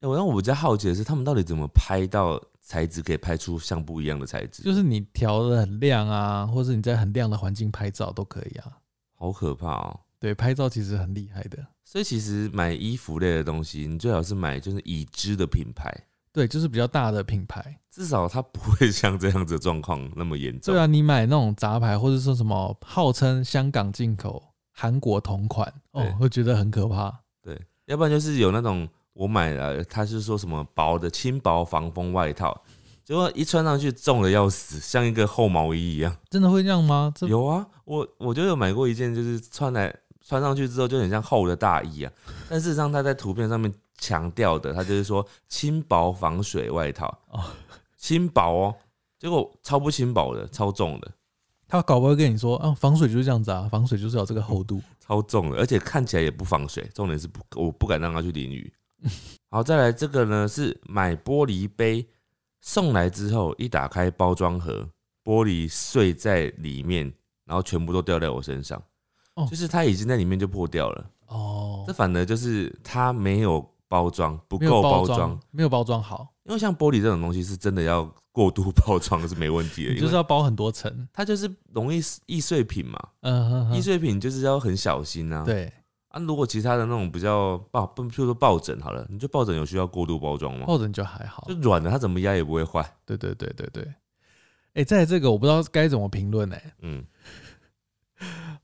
欸我让我比较好奇的是，他们到底怎么拍到材质可以拍出像不一样的材质？
就是你调的很亮啊，或是你在很亮的环境拍照都可以啊。
好可怕哦、
对，拍照其实很厉害的。
所以其实买衣服类的东西，你最好是买就是已知的品牌，
对，就是比较大的品牌。
至少它不会像这样子的状况那么严重。
对啊，你买那种杂牌，或者说什么号称香港进口、韩国同款，哦
对，
会觉得很可怕。
对，要不然就是有那种我买了，他是说什么薄的轻薄防风外套，结果一穿上去重的要死，像一个厚毛衣一样。
真的会这样吗？这
有啊，我我就有买过一件，就是穿来穿上去之后就很像厚的大 衣啊，但事实上他在图片上面强调的，他就是说轻薄防水外套
哦
轻薄哦，结果超不轻薄的，超重的，
他搞不好会跟你说啊，防水就是这样子啊，防水就是有这个厚度。
超重的，而且看起来也不防水，重点是不我不敢让他去 淋雨。好，再来这个呢是买玻璃杯，送来之后一打开包装盒，玻璃碎在里面，然后全部都掉在我身上，
哦
就是它已经在里面就破掉了。
哦
这，反而就是它没有包装，不
没有
够
包
包
装
装。，
没有包装好，
因为像玻璃这种东西是真的要过度包装是没问题的，
你
因
就是
为
要包很多层。
它就是容易易碎品嘛。
嗯哼
易
哼，
碎品就是要很小心啊。
对，
啊，如果其他的那种比较抱，不譬如说抱枕好了，你就抱枕有需要过度包装吗？
或者你就还好
嗯就。软的，它怎么压也不会坏。
对对对对对。哎、在这个我不知道该怎么评论哎，
嗯，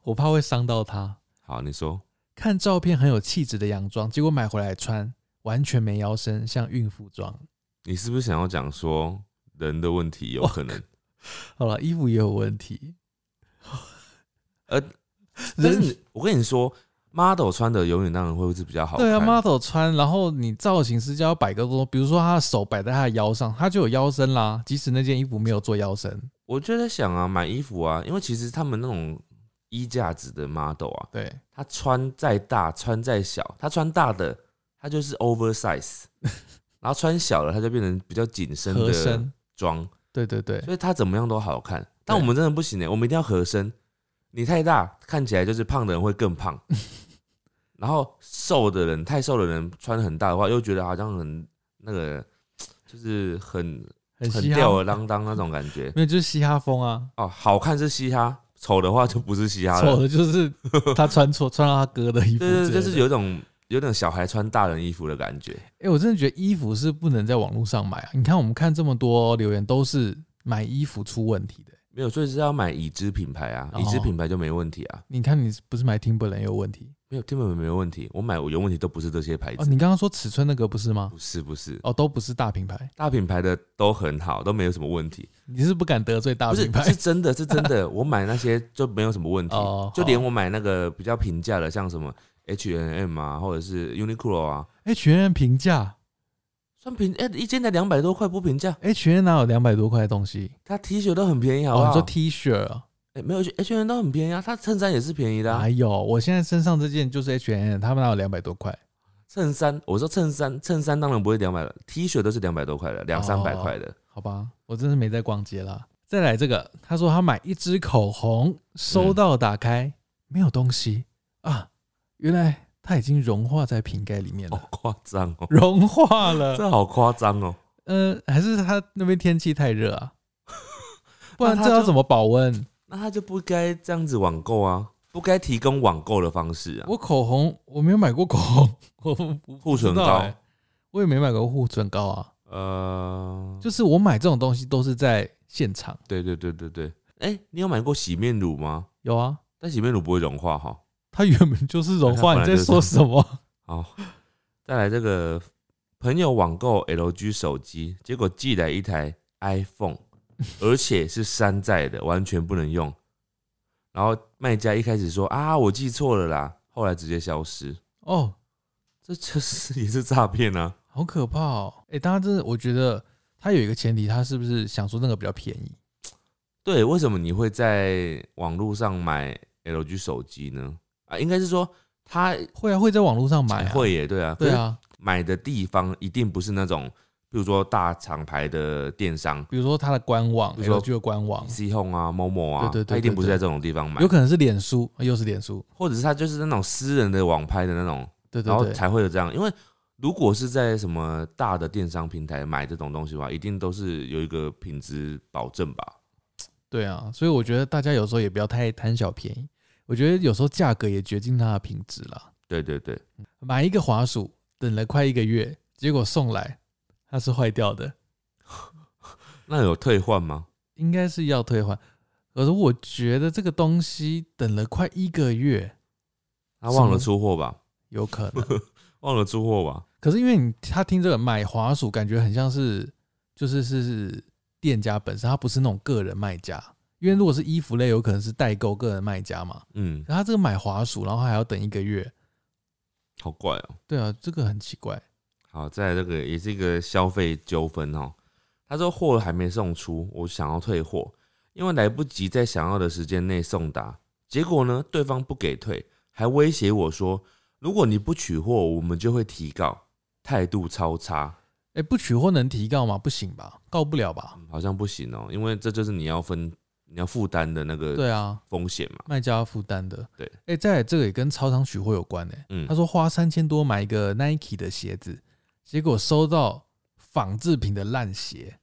我怕会伤到他。
好，你说
看照片很有气质的洋装，结果买回来穿完全没腰身，像孕妇装。
你是不是想要讲说人的问题有可
哦
能？
好了，衣服也有问题。
呃，但
人
是你我跟你说，model 穿的永远当然会是比较好看。
对啊，model 穿，然后你造型师就要摆个多，比如说他的手摆在他的腰上，他就有腰身啦。即使那件衣服没有做腰身，
我就在想啊，买衣服啊，因为其实他们那种衣架子的 model 啊，
对，
他穿再大，穿再小，他穿大的，他就是 oversize，然后穿小了，他就变成比较紧身
合
的
身，
装，
对对对，
所以他怎么样都好看。但我们真的不行欸呢、我们一定要合身。你太大，看起来就是胖的人会更 胖，然后瘦的人太瘦的人穿很大的话，又觉得好像很那个，就是很
很
很
嘻
吊儿
哈，
郎当那种感 觉。
没有就是嘻哈风啊。
哦，好看是嘻哈，丑的话就不是嘻哈
丑
了。
的就是他穿错，穿到他哥的衣服
对
之类的。
对，就是有一种有一种小孩穿大人衣服的感觉。
哎、我真的觉得衣服是不能在网络上买啊！你看，我们看这么多留言，都是买衣服出问题的。
没有，所以是要买已知品牌啊，已知
哦
品牌就没问题啊。
你看，你不是买 Timberland 有问题
没有，根本没有问题。我买我有问题都不是这些牌
哦？
子，
你刚刚说尺寸那个不是吗
不？是不是，
哦，都不是大品牌，
大品牌的都很好，都没有什么问题。
你是不敢得罪大
不是
品牌
是真的，是真 的，我买那些就没有什么问题
哦，
就连
好
我买那个比较平价的，像什么 H&M 啊，或者是 Uniqlo 啊，
？H N H&M 评价
算平哎、一件才两百多块不平价，
，H N，H&M 哪有两百多块的东西？
它 T 恤都很便宜，好不
哦，
好？
你说 T 恤啊？
哎、没有 H H N 都很便宜啊，它衬衫也是便宜的、啊
哪。有？我现在身上这件就是 H N，他们哪有两百多块？
衬衫，我说衬衫，衬衫当然不会两百了，T 恤都是两百多块的，两三百块的。
好吧，我真是没在逛街啦。再来这个，他说他买一支口红，
嗯
收到打开、没有东西啊，原来它已经融化在瓶盖里面了，
好夸张哦，
融化了。
这好夸张哦。
呃，还是他那边天气太热 啊，不然
那他
这要
就
怎么保温？
那他就不该这样子网购啊，不该提供网购的方式啊。
我口红我没有买过口红，我不
护唇
知道欸
膏
欸我也没买过护唇膏啊。
呃，
就是我买这种东西都是在现场，
对对对对对。哎、你有买过洗面乳吗？
有啊，
但洗面乳不会融化哈。
它原本就是融化，
它
你在
本来就是
说什么？
好，再来这个朋友网购 LG 手机，结果寄来一台 iPhone，而且是山寨的，完全不能用。然后卖家一开始说啊，我记错了啦，后来直接消失，
哦，
这就是也是诈骗啊。
好可怕哦！哎、大家真的，我觉得它有一个前提，它是不是想说那个比较便宜？
对，为什么你会在网络上买 LG 手机呢？啊，应该是说他
会啊，会在网络上买、啊，，
会耶，对啊，
对，啊，
买的地方一定不是那种，比如说大厂牌的电商，
比如说它的官网
比如说
，LG 的官网，
C Home 啊、某某啊，
哦对对对
他一定不是在这种地方买
有，可能是脸书，啊又是脸书，
或者是他就是那种私人的网拍的那种，
对对
然后
对，
才会有这样。因为如果是在什么大的电商平台买这种东西的话，一定都是有一个品质保证吧？
对啊，所以我觉得大家有时候也不要太贪小便宜，我觉得有时候价格也决定它的品质啦。
对对对，
买一个滑鼠，等了快一个月，结果送来它是坏掉的，
那有退换吗？
应该是要退换。可是我觉得这个东西等了快一个月，
他啊忘
什
了
么
出货吧？
有可能。
忘了出货吧？
可是因为你他听这个买滑鼠，感觉很像是就是是店家本身，他不是那种个人卖家。因为如果是衣服类，有可能是代购个人卖家嘛。
嗯，
可他这个买滑鼠，然后还要等一个月，
好怪哦、
对啊，这个很奇怪。
好，再来这个也是一个消费纠纷哦。他说货还没送出，我想要退货，因为来不及在想要的时间内送达。结果呢，对方不给退，还威胁我说，如果你不取货，我们就会提告。态度超差、
哎，不取货能提告吗？不行吧，告不了吧？
嗯好像不行哦、因为这就是你要分、你要负担的那个
对啊，
风险嘛。
卖家要负担的。
对，
哎，再来这个也跟超商取货有关呢、
嗯
他，说花三千多买一个 Nike 的鞋子，结果收到仿制品的烂鞋，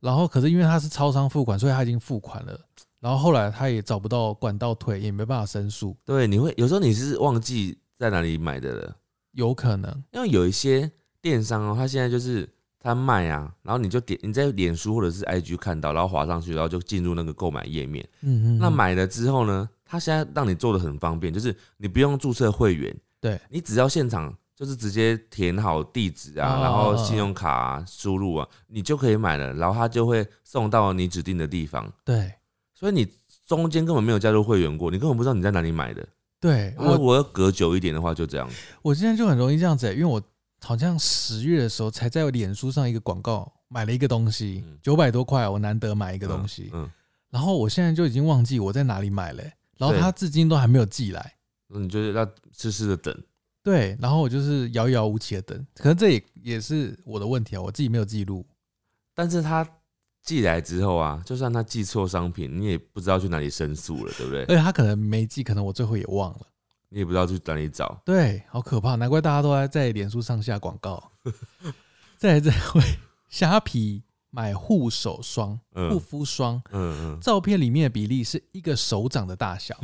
然后可是因为他是超商付款，所以他已经付款了，然后后来他也找不到管道退，也没办法申诉，
对，你会有时候你是忘记在哪里买的了。
有可能
因为有一些电商哦，他现在就是他卖啊，然后你就点你在脸书或者是 IG 看到，然后滑上去，然后就进入那个购买页面。
嗯嗯，
那买了之后呢，他现在让你做的很方便，就是你不用注册会员，
对
你只要现场就是直接填好地址啊，
哦
然后信用卡、啊、输入啊，你就可以买了，然后他就会送到你指定的地方，
对
所以你。中间根本没有加入会员过，你根本不知道你在哪里买的。
对，
我
我
我要隔久一点的话，就这样。
我现在就很容易这样子欸、因为我好像十月的时候才在我脸书上一个广告买了一个东西
嗯，
九百多块，我难得买一个东西，
嗯，
然后我现在就已经忘记我在哪里买了欸、然后
对
他至今都还没有寄来。
那嗯你就是要痴痴的等。
对，然后我就是遥遥无期的等，可能这也也是我的问题啊，我自己没有记录。
但是他寄来之后啊，就算他寄错商品，你也不知道去哪里申诉了，对不对？
而且他可能没记，可能我最后也忘了。
你也不知道去哪里找。
对，好可怕，难怪大家都在在脸书上下广 告。再来这 位虾皮买护手霜、护
嗯
肤霜，
嗯嗯，
照片里面的比例是一个手掌的大 小，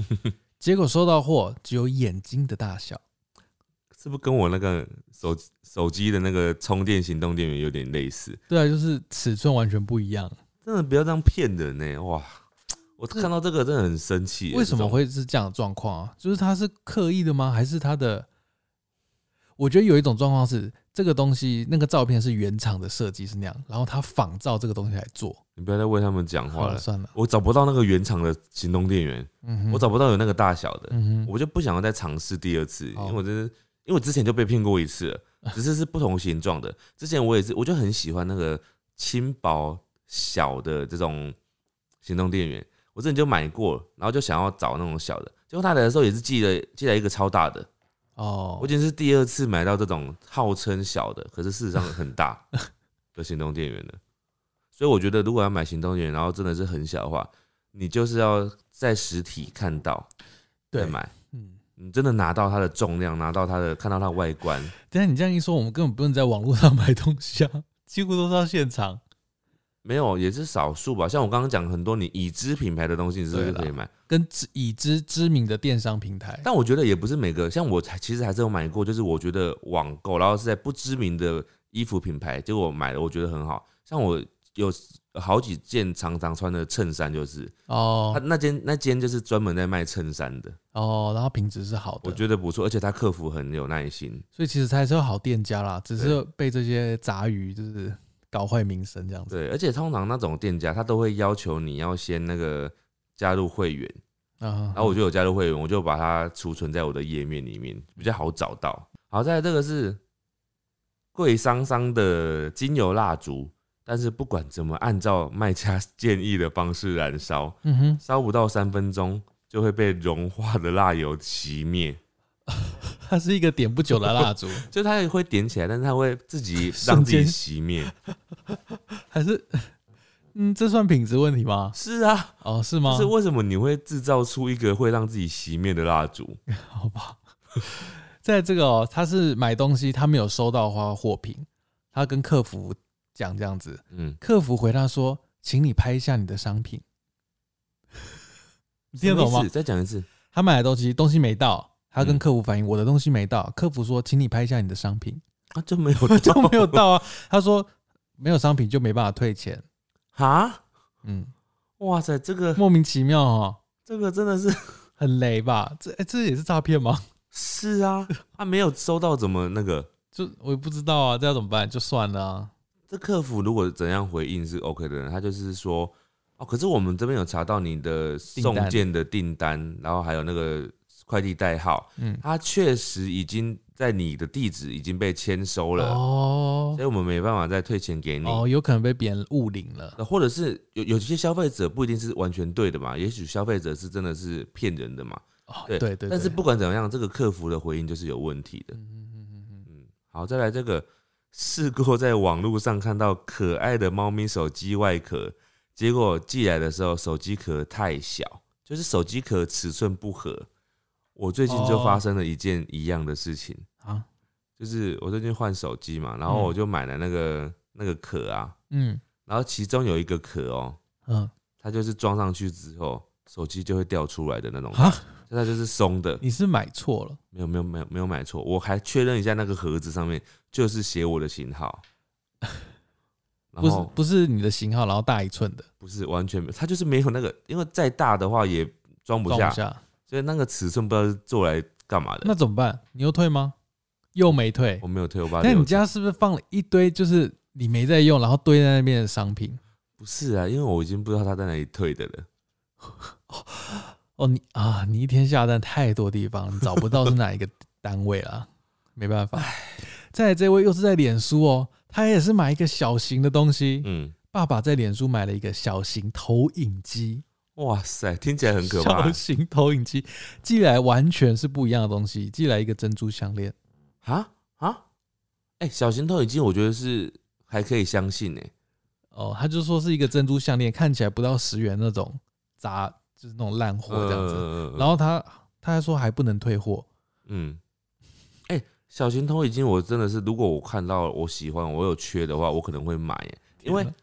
结果收到货只有眼睛的大小。
是不是跟我那个手手机的那个充电行动电源有点类似？
对啊，就是尺寸完全不一样。
真的不要这样骗人呢、哇，我看到这个真的很生气耶、
为什
这
么
种？
会是这样的状况啊？就是他是刻意的吗？还是他的？我觉得有一种状况是，这个东西那个照片是原厂的设计是那样，然后他仿照这个东西来做。
你不要再为他们讲
好
话
了，
了。
算了，
我找不到那个原厂的行动电源，
嗯哼，
我找，不到有那个大小的，
嗯哼，
我就不想要再尝试第二次，因
好
为我真的，因为我之前就被骗过一次了，只是是不同形状的。之前我也是，我就很喜欢那个轻薄小的这种行动电源，我之前就买过，然后就想要找那种小的，结果他来的时候也是寄了寄来一个超大的，
哦，
我已经是第二次买到这种号称小的，可是事实上很大的行动电源了。所以我觉得，如果要买行动电源，然后真的是很小的话，你就是要在实体看到再
对，
买。
嗯，
你真的拿到它的重量，拿到它的看到它的外观，
但你这样一说，我们根本不能在网络上 买东西啊，几乎都是到现场。
没有也是少数吧。像我刚刚讲很多你已知品牌的东西，你是不
对
是
啦
可以买？
跟知已知知名的电商平台，
但我觉得也不是每个，像我才其实还是有买过，就是我觉得网购，然后是在不知名的衣服品牌，结果我买了，我觉得很好。像我有好几件常常穿的衬衫，就是他
哦
那间那间就是专门在卖衬衫的，
哦，然后品质是好的，
我觉得不错，而且他客服很有耐心。
所以其实他还是有好店家啦，只是被这些杂鱼就是搞坏名声这样子。
对，而且通常那种店家他都会要求你要先那个加入会员，
啊
然后我就有加入会员，我就把它储存在我的页面里面，比较好找到。好在这个是贵桑桑的精油蜡烛，但是不管怎么按照卖家建议的方式燃烧，
嗯哼，
烧不到三分钟就会被融化的蜡油熄灭。
它是一个点不久的蜡烛，
就它也会点起来，但是它会自己让
瞬
自己
间
熄灭。
还是 嗯，这算品质问题吗？
是啊，
哦，是吗
就？是为什么你会制造出一个会让自己熄灭的蜡烛？
好吧，在这个、哦、他是买东西，他没有收到花货品，他跟客服讲这样子，
嗯，
客服回答说，请你拍一下你的商 品，你听得懂
什么
吗
意思？再讲一次。
他买的东西东西没到，他跟
嗯
客服反映我的东西没到，客服说请你拍一下你的商 品，
啊，就没有
就没有到啊，他说没有商品就没办法退钱，
啊！
嗯，
哇塞，这个
莫名其妙哦，
这个真的是
很雷吧？这、诶这也是诈骗吗？
是啊， 他、没有收到怎么那个？
就我也不知道啊，这要怎么办？就算了啊、
这客服如果怎样回应是 OK 的人，他就是说哦，可是我们这边有查到你的
订
送
单
件的订单，然后还有那个快递代号，
嗯，
它确实已经在你的地址已经被签收了，
哦
所以我们没办法再退钱给你。
哦，有可能被别人误领了。
那或者是有有些消费者不一定是完全对的嘛，也许消费者是真的是骗人的嘛。
哦，
对
对对对，
但是不管怎么样，这个客服的回应就是有问题的。
嗯，嗯嗯嗯嗯
嗯，好，再来这个试过在网络上看到可爱的猫咪手机外壳，结果寄来的时候手机壳太小，就是手机壳尺寸不合。我最近就
哦
发生了一件一样的事情，
啊，
就是我最近换手机嘛，然后
嗯
我就买了那个、那个壳啊，
嗯
然后其中有一个壳哦、
嗯
它就是装上去之后，手机就会掉出来的那种，
啊，
它就是松的，
你是买错了
没有没有没有没有买错，我还确认一下那个盒子上面就是写我的型号， 然
不是
后
不是你的型号，然后大一寸的
不是完全没有，它就是没有那个，因为再大的话也装不
装
下，
不下，
所以那个尺寸不知道是做来干嘛的。
那怎么办？你又退吗？又没退
我，没有退，我把它
那你
留着
家是不是放了一堆就是你没在用，然后堆在那边的商品？
不是啊，因为我已经不知道它在哪里退的了。
哦，你啊，你一天下单太多地方，你找不到是哪一个单位啦，没办法。再来这位又是在脸书哦，他也是买一个小型的东西。
嗯，
爸爸在脸书买了一个小型投影机，
哇塞，听起来很可怕
小型投影机寄来完全是不一样的东西，寄来一个珍珠项链。
啊啊！哎、小型投影机我觉得是还可以相信哎、
哦，他就说是一个珍珠项链，看起来不到十元那种杂，就是那种烂货哦这样子。
子
然后他他还说还不能退货，
嗯，哎、小型投影机我真的是，如果我看到我喜欢，我有缺的话，我可能会买耶。因为
天哪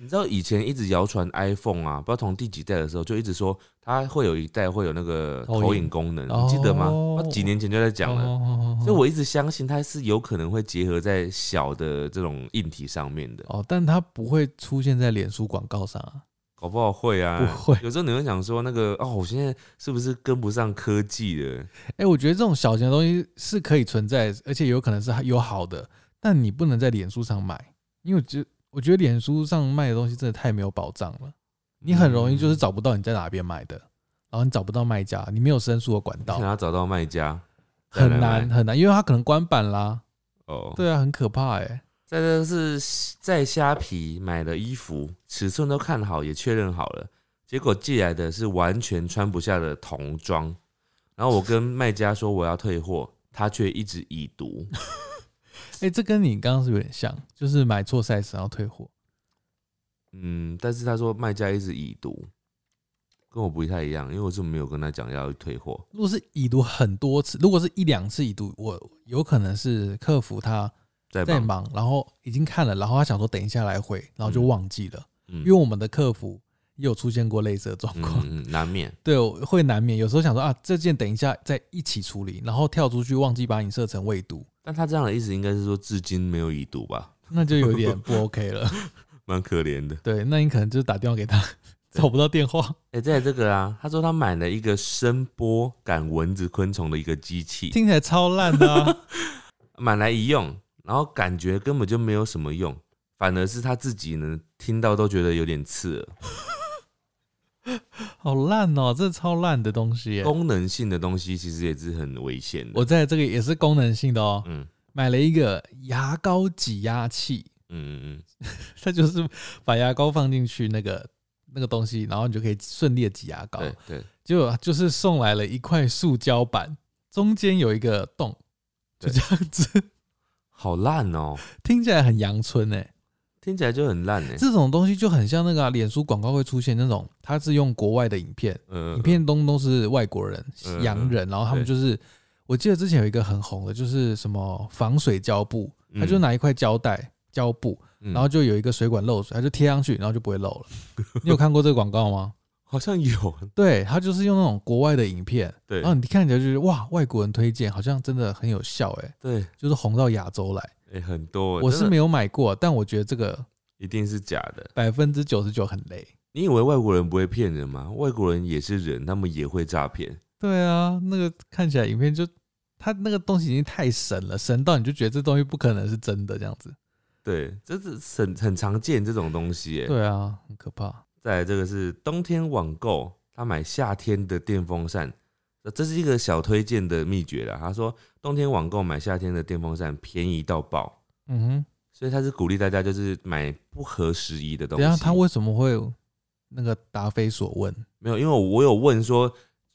你知道以前一直谣传 iPhone 啊，不知道从第几代的时候就一直说它会有一代会有那个
投影
投影功能，你记得吗？
哦
它几年前就在讲了，
哦哦哦哦
所以我一直相信它是有可能会结合在小的这种硬体上面的，
哦，但它不会出现在脸书广告上啊。
搞不好会啊。
不会
有时候你会想说那个哦，我现在是不是跟不上科技了？
哎、我觉得这种小型的东西是可以存在，而且有可能是有好的，但你不能在脸书上买，因为我觉我觉得脸书上卖的东西真的太没有保障了，你很容易就是
嗯
找不到你在哪边买的，然后你找不到卖家，你没有申诉的管
想
道，
要找到卖家再来
很
买
难很难，因为它可能关版啦。
哦，
对啊，很可怕哎、
再这是在虾皮买了衣服，尺寸都看好，也确认好了，结果寄来的是完全穿不下的童装。然后我跟卖家说我要退货，他却一直已读。
哎、这跟你刚刚是有点像，就是买错 size 然后退货。
嗯，但是他说卖家一直已读，跟我不太一样，因为我是没有跟他讲要退货。
如果是已读很多次，如果是一两次已读，我有可能是客服他
在
在
忙，
忙，然后已经看了，然后他想说等一下来回，然后就
嗯
忘记了。
嗯
因为我们的客服也有出现过类似的状
嗯
况，
嗯嗯难免。
对，我会难免有时候想说啊，这件等一下再一起处理，然后跳出去忘记把你设成未读，
但他这样的意思应该是说，至今没有已读吧，
那就有 点不 OK 了。
蛮可怜的。
对，那你可能就是打电话给 他，
对
找不到电话，
哎、再来这个啊，他说他买了一个声波感蚊子昆虫的一个机器，
听起来超烂的啊、
买来一用，然后感觉根本就没有什么用，反而是他自己呢听到都觉得有点刺耳。
好烂哦、这超烂的东西耶。
功能性的东西其实也是很危险的。
我在这个也是功能性的哦、
嗯
买了一个牙膏挤压器，
嗯嗯
它就是把牙膏放进去那个那个东西，然后你就可以顺利的挤牙膏。
嗯，对对
结果就是送来了一块塑胶板，中间有一个洞，就
对
这样子，
好烂哦、
听起来很阳春哎、
听起来就很烂哎、
这种东西就很像那个啊、脸书广告会出现那种，它是用国外的影片，
嗯
影片东都是外国人、
嗯
洋人，然后他们
对
就是，我记得之前有一个很红的，就是什么防水胶布，他就
嗯
拿一块胶带、胶布，
嗯
然后就有一个水管漏水，他就贴上去，然后就不会漏 了。你有看过这个广告吗？
好像有
对，他就是用那种国外的影片，
对
然后你看起来就觉得哇，外国人推荐好像真的很有效哎、
对
就是红到亚洲来。
哎、很多，
我
真
是
的
没有买过，但我觉得这个
一定是假的。
百分之九十九很雷。
你以为外国人不会骗人吗？外国人也是人，他们也会诈骗。
对啊，那个看起来影片就它那个东西已经太神了，神到你就觉得这东西不可能是真的这样子。
对，这是很很常见这种东西耶。
对啊，很可怕。
再来这个是冬天网购，他买夏天的电风扇，呃这是一个小推荐的秘诀啦。他说冬天网购买夏天的电风扇便宜到爆，
嗯
所以他是鼓励大家就是买不合时宜的
哼，
东
等一
西。
下啊他为什么会那个答非所问？
没有，因为我有问说，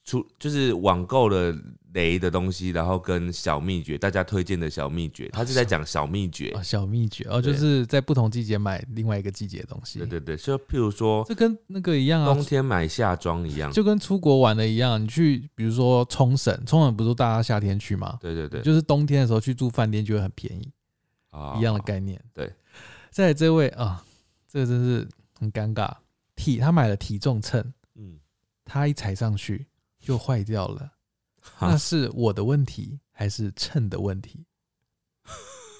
除就是网购的雷的东西，然后跟小秘诀，大家推荐的小秘诀，他是在讲小秘诀
啊、。小秘诀哦，就
对
是在不同季节买另外一个季节的东西。
对对对，就譬如说
这跟那个一样啊
冬，天买夏装一样。
就跟出国玩的一样。你去，比如说冲绳，冲绳不是大家夏天去吗？
对对对，
就是冬天的时候去住饭店就会很便宜，
啊
一样的概念。
对，
再来这位啊，这个真是很尴尬。体他买了体重秤，
嗯，
他一踩上去就坏掉了，
哈
那是我的问题还是秤的问题？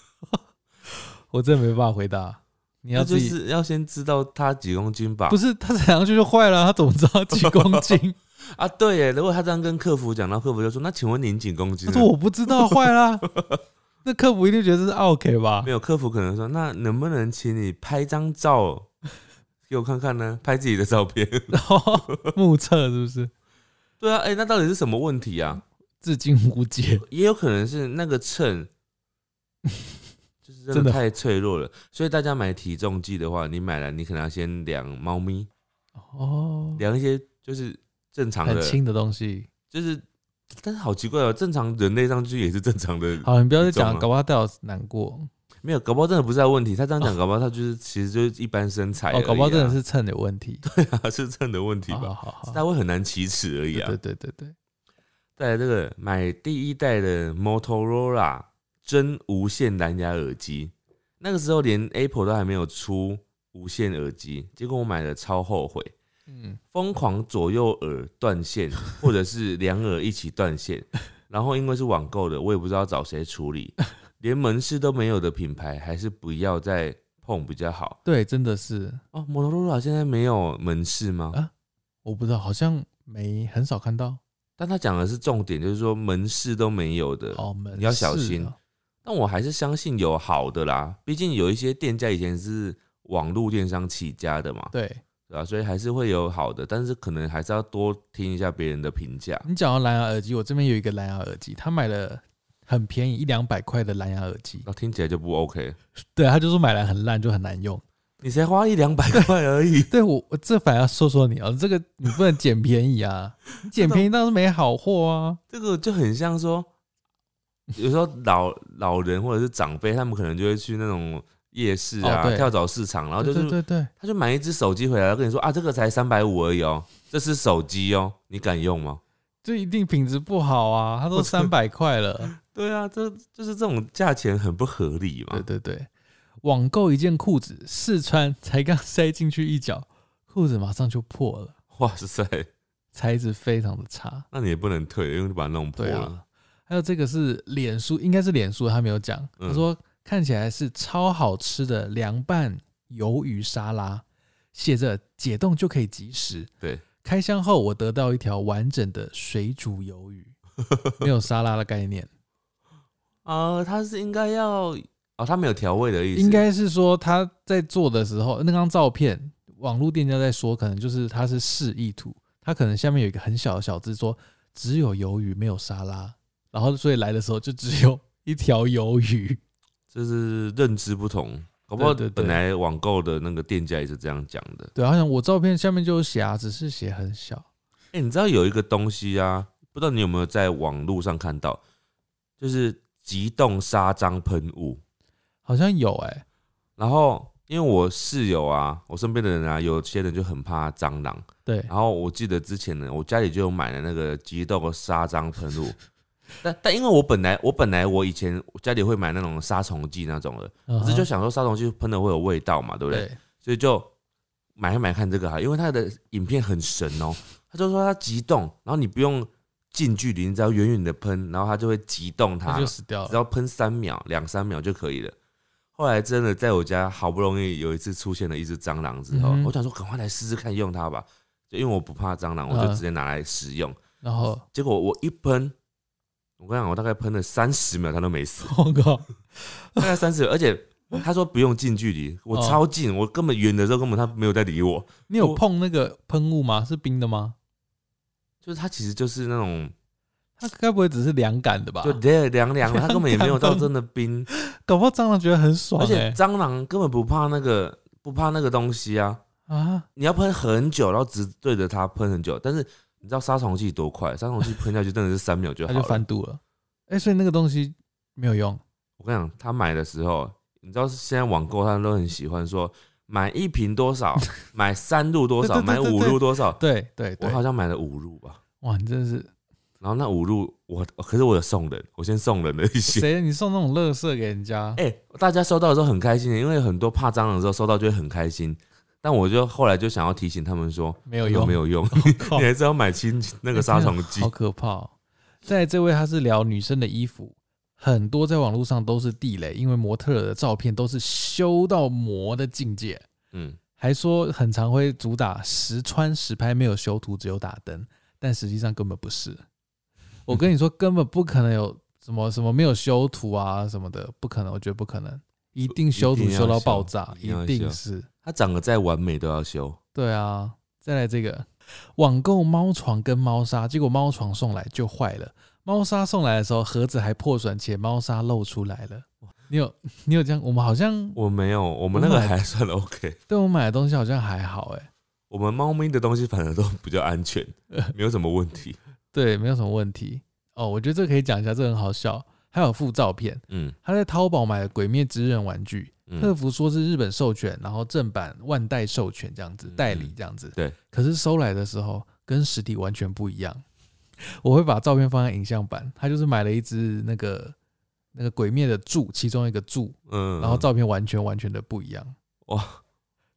我真的没办法回答。你要
那就
自己、
是要先知道他几公斤吧？
不是他踩上去就坏了啊，他怎么知道几公斤？
啊，对耶。如果他这样跟客服讲，然后客服就说：“那请问您几公斤啊
他
呢？”
说我不知道坏啦、那客服一定觉得这是 OK 吧
没？有，客服可能说：“那能不能请你拍张 照给我看看呢？拍自己的照片。
然后目测是不是？”
对啊，哎、那到底是什么问题啊？
至今无解。
也有可能是那 个秤，就是真
真的
的太脆弱了。所以大家买体重计的话，你买了你可能要先量猫咪，
哦，
量一些就是正常
很
的，
轻的东西。
就是但是好奇怪哦，正常人类上去也是正常的，
好，你不要再
你中
讲，
了
搞不好带我难过。
没有，搞不好真的不是他的问题。他这样讲，搞不好他就是其实就是一般身材而已
哦，
啊、
搞不好真的是秤有问题。
是 是秤的问题
好好
吧？
好好，
他会很难启齿而已啊
对。对对对，
再来这个买第一代的 Motorola 真无线蓝牙耳机，那个时候连 Apple 都还没有出无线耳机，结果我买了超后悔，
嗯，
疯狂左右耳 断线，或者是两耳一起断线，然后因为是网购的，我也不知道找谁处理，连门市都没有的品牌，还是不要再碰比较好。
对，真的是，
哦，Motorola 现在没有门市吗？
啊我不知道，好像没很少看到
但他讲的是重点，就是说门市都没有的。
哦，门
呃你要小
市
心
啊
但我还是相信有好的啦，毕竟有一些店家以前是网络电商起家的嘛，
对
对吧、所以还是会有好的，但是可能还是要多听一下别人的评价。
你讲到蓝牙耳机，我这边有一个蓝牙耳机，他买了很便宜一两百块的蓝牙耳机，
那哦听起来就不 OK，
对他就说买来很烂，就很难用。，
你才花一两百块而 已
对我，我这反而要说说你哦，这个你不能捡便宜 啊，你捡便宜当然是没好货啊。
这个就很像说，有时候老老人或者是长辈，他们可能就会去那种夜市啊、
哦对
跳蚤市场，然后就是
对对对，
他就买一只手机回来，跟你说啊，这个才三百五而已哦，这是手机哦，你敢用吗？
就一定品质不好啊，他都
我真
三
的
百块 了。
对啊，这就是这种价钱很不合理嘛
对。对对，网购一件裤子试穿，才刚塞进去一脚，裤子马上就破了，
哇塞，
材质非常的差。
那你也不能退，因为你把它弄破
对
了。
啊，还有这个是脸书，应该是脸书，他没有讲，
嗯
他说看起来是超好吃的凉拌鱿鱼沙拉，写着解冻就可以即食。
对，
开箱后我得到一条完整的水煮鱿鱼，没有沙拉的概念，
啊，它是应该要哦，它没有调味的 意思，
应该是说他在做的时候，那张照片网络店家在说，可能就是它是示意图，它可能下面有一个很小的小字说只有鱿鱼没有沙拉，然后所以来的时候就只有一条鱿鱼。
就是认知不同，搞不好
对对对
本来网购的那个店家也是这样讲的。
对，好像我照片下面就有写啊，只是写很小。
哎、你知道有一个东西啊，不知道你有没有在网络上看到，就是急冻杀蟑喷雾。
好像有哎、
然后因为我室友啊，我身边的人啊，有些人就很怕蟑螂。
对，
然后我记得之前呢，我家里就有买了那个急冻杀蟑喷雾。但但因为我本来我本来我以前我家里会买那种杀虫剂那种的，
可
可是就想说杀虫剂喷的会有味道嘛，对不对？
嗯啊对，
所以就买一买看这个哈，因为它的影片很神哦，他就说它急冻，然后你不用近距离，你只要远远的喷，然后它就会急冻它
它，就死掉
只
了。
要喷三秒、两三秒就可以了。后来真的在我家好不容易有一次出现了一只蟑螂之后，
嗯哼
我想说赶快来试试看用它吧，就因为我不怕蟑螂，我
嗯
就直接拿来使用。
然后
结果我一喷，我跟你讲，我大概喷了三十秒，它都没死。
我靠，
大概三十，而且他说不用近距离，我
哦
超近，我根本远的时候根本他没有在理我，
你有
我
碰那个喷雾吗？是冰的吗？
就是他其实就是那种
它该不会只是凉感的吧？
就凉凉凉的，他根本也没有到真 的冰，
搞不好蟑螂觉得很爽
而且
哎、
蟑螂根本不怕那个不怕那个东西啊，
啊！
你要喷很久，然后直对着它喷很久，但是。你知道杀虫剂多快？杀虫剂喷下去真的是三秒就
它
好
就
了。
翻肚了。哎、所以那个东西没有用，
我跟你讲，他买的时候，你知道现在网购他们都很喜欢说买一瓶 多少，买三入多少，
对对
买
对
五
对
入多少。
对对
我
对，
好像买了五入吧。
哇，你真的是
然后那五路我，可是我有送人，我先送人了 一些。
谁？你送那种乐色给人家，
哎、大家收到的时候很开心的，因为很多怕蟑螂的时候收到就会很开心。但我就后来就想要提醒他们说，
没有
那个
用，哦
没 有用，
我靠
你还是要买清那个杀虫剂
好。可怕、哦。再来这位，他是聊女生的衣服，很多在网络上都是地雷，因为模特儿的照片都是修到魔的境界，
嗯，
还说很常会主打实穿实拍，没有修图，只有打灯，但实际上根本不是。我跟你说，根本不可能有什么什么没有修图啊什么的，不可能，我觉得不可能，一定修
一
图
定要
修到
修
爆炸，
一
一
定要修
定是。
它长得再完美都要修。
对啊，再来这个网购猫床跟猫砂，结果猫床送来就坏了，猫砂送来的时候盒子还破损，且猫砂漏出来了。你有 你有这样？我们好像
我没有，我们
我
那个
买
还算 OK，
对我买的东西好像还好哎、
我们猫咪的东西反而都比较 安全，没有什么问题。
对，没有什么问题哦。我觉得这个可以讲一下，这个很好笑。还有附照片，
嗯
他在淘宝买了《鬼灭之刃》玩具，特
嗯，
服说是日本授权，然后正版万代授权这样子代理这样子。
嗯对，
可是收来的时候跟实体完全不一样。我会把照片放在影像版，他就是买了一只那个那个鬼灭的柱，其中一个柱，
嗯，
然后照片完全完全的不一样，
哇，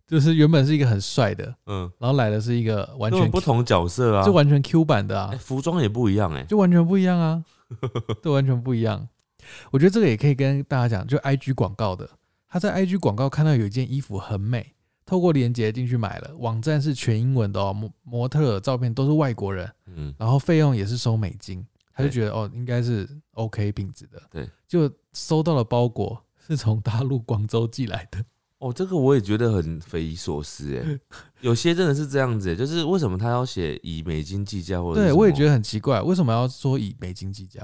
就是原本是一个很帅的，
嗯，
然后来的是一个完
根本
全
不同角色啊，
就完全 Q 版的啊
哎，服装也不一样哎，
就完全不一样 啊，对，完全不一样。我觉得这个也可以跟大家讲，就 IG 广告的，他在 IG 广告看到有一件衣服很美，透过链接进去买了，网站是全英文的哦，模模特儿照片都是外国人，
嗯，
然后费用也是收美金，他就觉得哦应该是 OK 品质的，
对，
就收到了包裹是从大陆广州寄来的，
哦，这个我也觉得很匪夷所思 哎，有些真的是这样子哎，就是为什么他要写以美金计价或者
对我也觉
得，
得很奇怪，为什么要说以美金计价？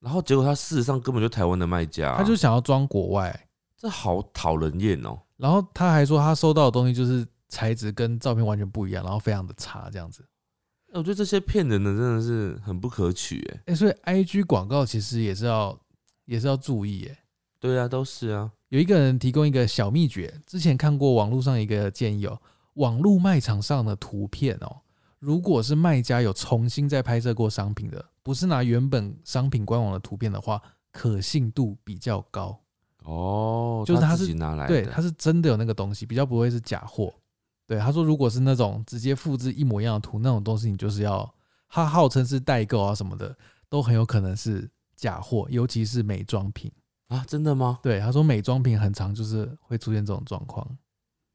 然后结果他事实上根本就台湾的卖家啊、
他就想要装国外，
这好讨人厌哦，
然后他还说他收到的东西就是材质跟照片完全不一样，然后非常的差这样子。
哎我觉得这些骗人的真的是很不可取哎，
哎、所以 I G 广告其实也是要也是要注意哎。
对啊，都是啊，
有一个人提供一个小秘诀，之前看过网络上一个建议哦，网络卖场上的图片哦，如果是卖家有重新再拍摄过商品的，不是拿原本商品官网的图片的话，可信度比较高。
哦，
就是他
他
是
自己拿来
对，
的，
它是真的有那个东西，比较不会是假货。对，他说如果是那种直接复制一模一样的图那种东西，你就是要他号称是代购啊什么的，都很有可能是假货，尤其是美妆品。
啊，真的吗？
对，他说美妆品很常就是会出现这种状况。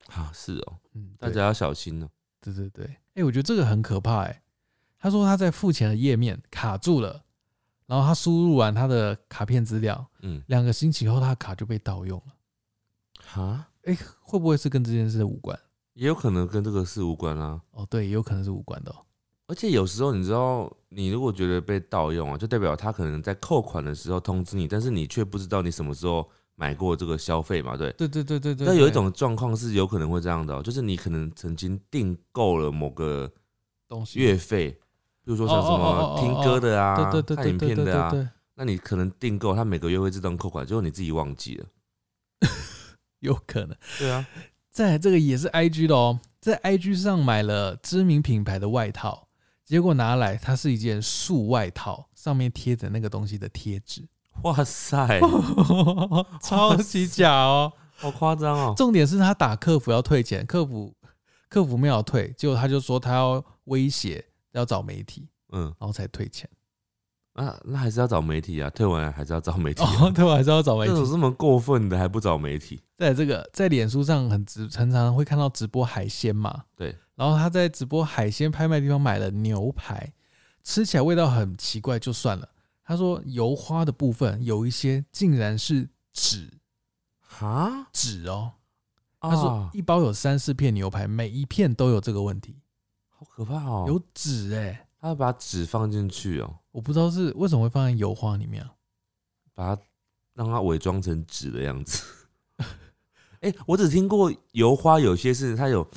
啊，是哦，
嗯，
大
对
家要小心哦。
对对对，哎、我觉得这个很可怕哎、他说他在付钱的页面卡住了，然后他输入完他的卡片资料，
嗯，
两个星期后他的卡就被盗用了。
啊，
哎、会不会是跟这件事无关？
也有可能跟这个事无关啊。
哦，对，也有可能是无关的、哦。
而且有时候你知道，你如果觉得被盗用啊，就代表他可能在扣款的时候通知你，但是你却不知道你什么时候买过这个消费嘛，对。
对对对对对
但有一种状况是有可能会这样的哦、就是你可能曾经订购了某个
东西
月费，比如说像什
哦哦哦哦
么
哦
听歌的啊、
对对对
看
对
影
对
片
对
的啊，
对，
那你可能订购，它每个月会自动扣款，结果你自己忘记了。
有可能。
对啊，
再来这个也是 IG 的哦，在 IG 上买了知名品牌的外套，结果拿来它是一件素外套，上面贴着那个东西的贴纸，
哇塞，
超级假哦。
好夸张哦！
重点是他打客服要退钱，客服客服没有退，结果他就说他要威胁要找媒体，
嗯
然后才退 钱。
啊，那还是要找媒体啊，退完还是要找媒体、啊。
哦，对，我还是要找媒
这种
体。
这么过分的还不找媒体？
在这个在脸书上很直，常常会看到直播海鲜嘛。
对。
然后他在直播海鲜拍卖地方买了牛排，吃起来味道很奇怪，就算了。他说油花的部分有一些竟然是纸
哈，
纸哦。
他
他说一包有三四片牛排，每一片都有这个问题，
好可怕哦，
有纸哎、
他把纸放进去哦，
我不知道是为什么会放在油花里面、啊。
把它让它伪装成纸的 样子。哎、我只听过油花，有些是它有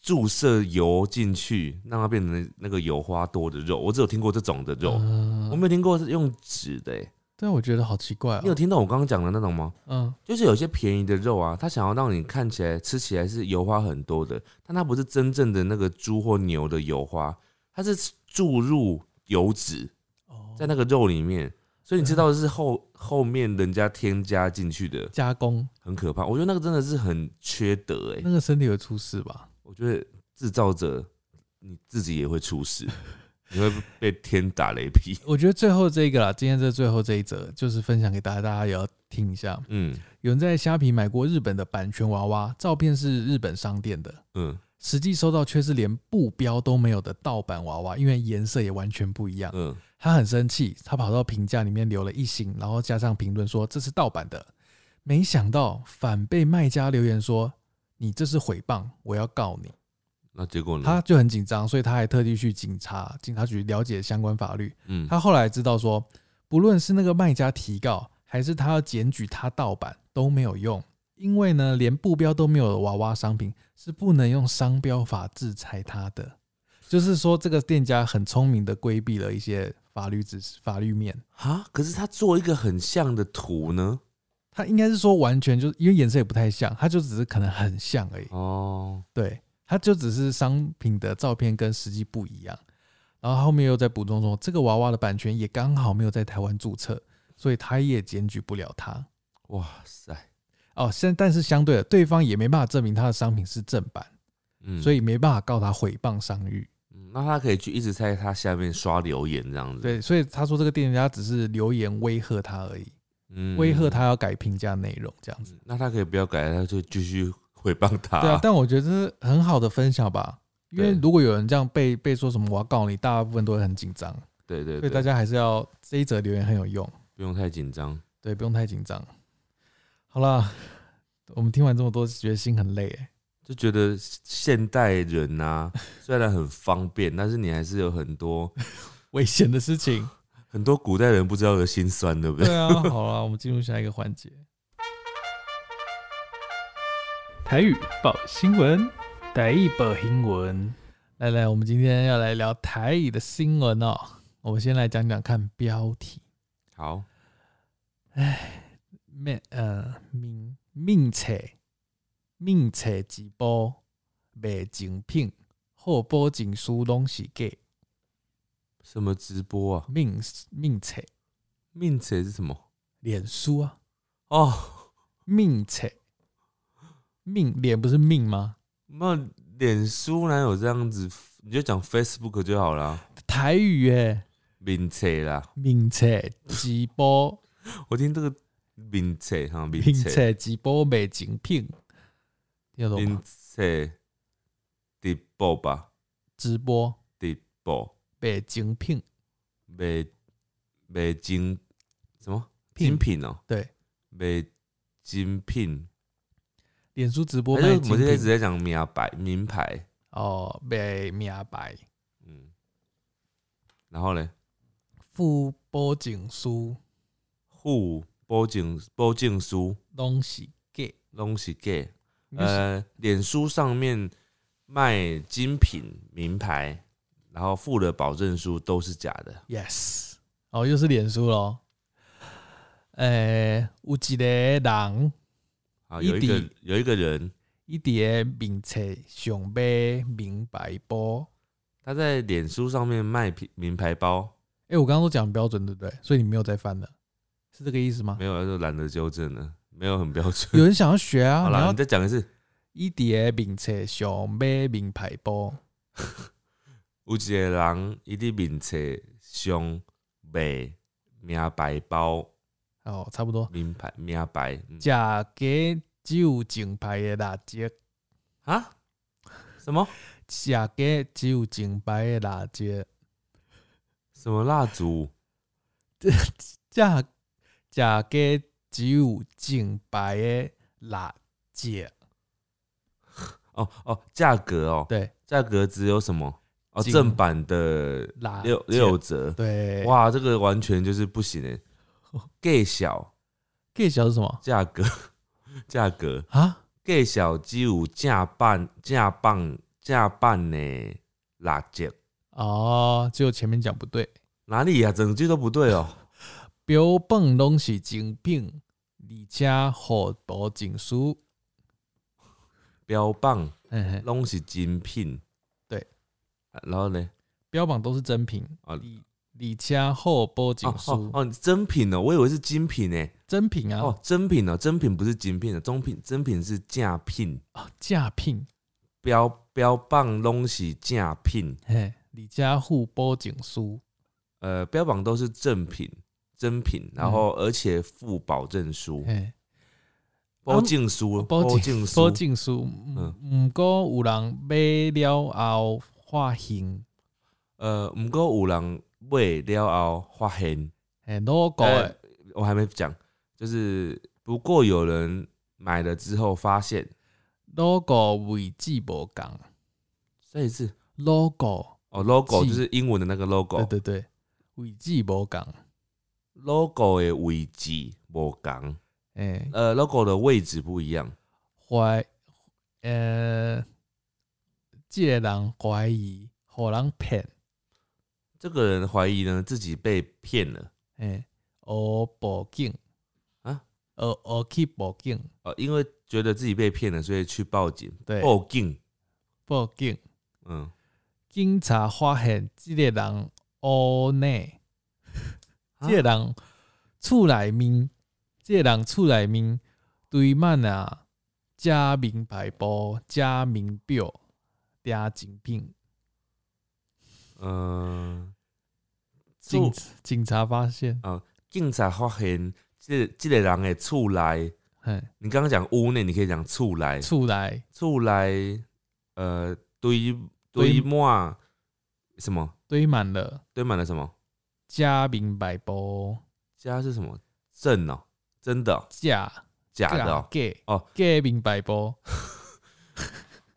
注射油进去，让它变成那个油花多的肉。我只有听过这种的肉，
嗯
我没有听过是用纸的、欸。
对，我觉得好奇怪
你有
哦。
听到我刚刚讲的那种吗？
嗯，
就是有些便宜的肉啊，它想要让你看起来吃起来是油花很多的，但它不是真正的那个猪或牛的油花，它是注入油脂
哦
在那个肉里面，所以你知
啊
道的是后后面人家添加进去的，
加工
很可怕。我觉得那个真的是很缺德哎、
那个身体会出事吧？
我觉得制造者你自己也会出事，你会被天打雷劈。
我觉得最后这个啦，今天这最后这一则就是分享给大家，大家也要听一下。
嗯
有人在虾皮买过日本的版权娃娃，照片是日本商店的，
嗯
实际收到却是连布标都没有的盗版娃娃，因为颜色也完全不一样。
嗯，
他很生气，他跑到评价里面留了一星，然后加上评论说这是盗版的。没想到反被卖家留言说你这是诽谤，我要告你。
那结果呢？
他就很紧张，所以他还特地去警察警察局了解相关法律。
嗯
他后来知道说，不论是那个卖家提告，还是他要检举他盗版都没有用，因为呢，连布标都没有的娃娃商品是不能用商标法制裁他的。就是说，这个店家很聪明的规避了一些法律知识、法律面。
啊，可是他做一个很像的图呢。
他应该是说完全就是因为颜色也不太像，他就只是可能很像而已。
哦，
对，它就只是商品的照片跟实际不一样。然后后面又在补充说，这个娃娃的版权也刚好没有在台湾注册，所以他也检举不了他。
哇塞，
哦，现但是相对的，对方也没办法证明他的商品是正版，
嗯
所
以
以没办法告他诽谤商誉。
那他可以去一直在他下面刷留言这样子，，
对，所以他说这个店家只是留言威吓他而已，
嗯
威吓他。要改评价内容这样子。
那他可以不要改，他就继续诽谤他。
对啊，但我觉得这是很好的分享吧，因为
对
如果有人这样被被说什么我要告你，大部分都会很紧张，
对对
所
对，
以大家还是要这一则留言很有用。
不用太紧张。
对，不用太紧张。好啦，我们听完这么多，觉得心很累哎。
就觉得现代人啊，虽然很方便，但是你还是有 很多
危险的事情。
很多古代人不知道的辛酸，对不对？
对啊，好啦，我们进入下一个环节。台语报新闻，台语报新闻。来来，我们今天要来聊台语的新闻哦。我们先来讲讲看标题，
好，
命呃命命册命册一波卖精品，后波证书拢是假。
什么直播啊？
命命册，
命谁是什么？
脸书啊，
哦，
命册，命脸不是命吗？
那脸书哪有这样子？你就讲 Facebook 就好啦。
台语耶、
名册啦，
名册直播，
我听这个名册哈，名
名
册
册直播卖精品，听得懂
名
吗？
册直播吧，
直播
直播
卖精品，
卖卖精什么
品
精品哦，
对，
卖精品，
脸书直播
还是
卖
哎我
精
们这些直
品
接讲名牌名牌，
哦，卖名牌、
嗯，然后嘞，
副保证书
户保证保证书
拢是假，
拢是假。
你是
呃，脸书上面卖精品名牌，然后附的保证书都是假的。
Yes，哦，又是脸书咯。诶、有一个人，
啊，
一
有一个
底
有一个人，
伊伫个名册上买名牌包。
他在脸书上面卖品名牌包，
诶、我刚刚都讲标准对不对？所以你没有再翻了，是这个意思吗
没？有，他就懒得纠正了，没有很标准。
有人想要学啊，
好
然
了，
后
你再讲一次，
伊伫个名册上买名牌包，
有一个人伊伫面册上卖名牌包，
哦，差不多。
名牌名牌、嗯
食假有正牌的垃圾，
啊？什么
食假有正牌的垃圾，
什么蜡烛？
食假只有正牌的垃圾。
哦哦，价格哦，
对，
价格只有什么？哦，
金
正版的
垃圾
六六折，
对，
哇，这个完全就是不行 诶 gay 小
gay 小是什么
价格，价格
啊？
gay 小只有价半价半价半呢，垃圾
哦，只有前面讲不对，
哪里呀、啊整句都不对 哦。
标本拢是精品，而且互保证书。
标榜
嘿嘿
拢是精品，
对
啊。然后呢？
标榜都是真品，
哦
而而且互保证
哦哦
书，
哦，真品哦，我以为是精品呢。
真品啊，
哦，真品哦，真品不是精品的，中品真品是价品。
啊价品，
标标榜拢是正品，
嘿，而且互保证书，
呃，标榜都是正品、真品，然后而且附保证书、
嗯嘿，
保证书、
保
证
保
书。
证书，
嗯
毋毋过有人买了后发现，
呃，毋过有人买了后发现，
嘿，老古的，
我还没讲，就是不过有人买了之后发现，
老古位置无共，
所以是
老古。
哦，logo
记
就是英文的那个 logo，
对对对，位置无共，
logo 的位置无同，
诶、
呃，logo 的位置不一样，
怀，呃，即、个人怀疑，互人骗，
这个人怀疑呢自己被骗了。
诶、学报警
啊，
学学去报警，
呃，因为觉得自己被骗了，所以去报警。
对，
报警，
报警，
嗯，
警察发现即个人黑呢，
啊
即个人厝内面，即、个人厝内面堆满啊，加名牌包、加名表、加精品。
呃，
警
警
警察发现，
警察发现这这个人的厝内，
嘿，
你刚刚讲屋内，你可以讲厝内，
厝内
厝内，呃，堆
堆
堆满什么？
堆满了
堆满了什么？
假名牌包、
家是什么？证哦，真的哦、
假
假的、哦。
假
哦
假名牌包，啊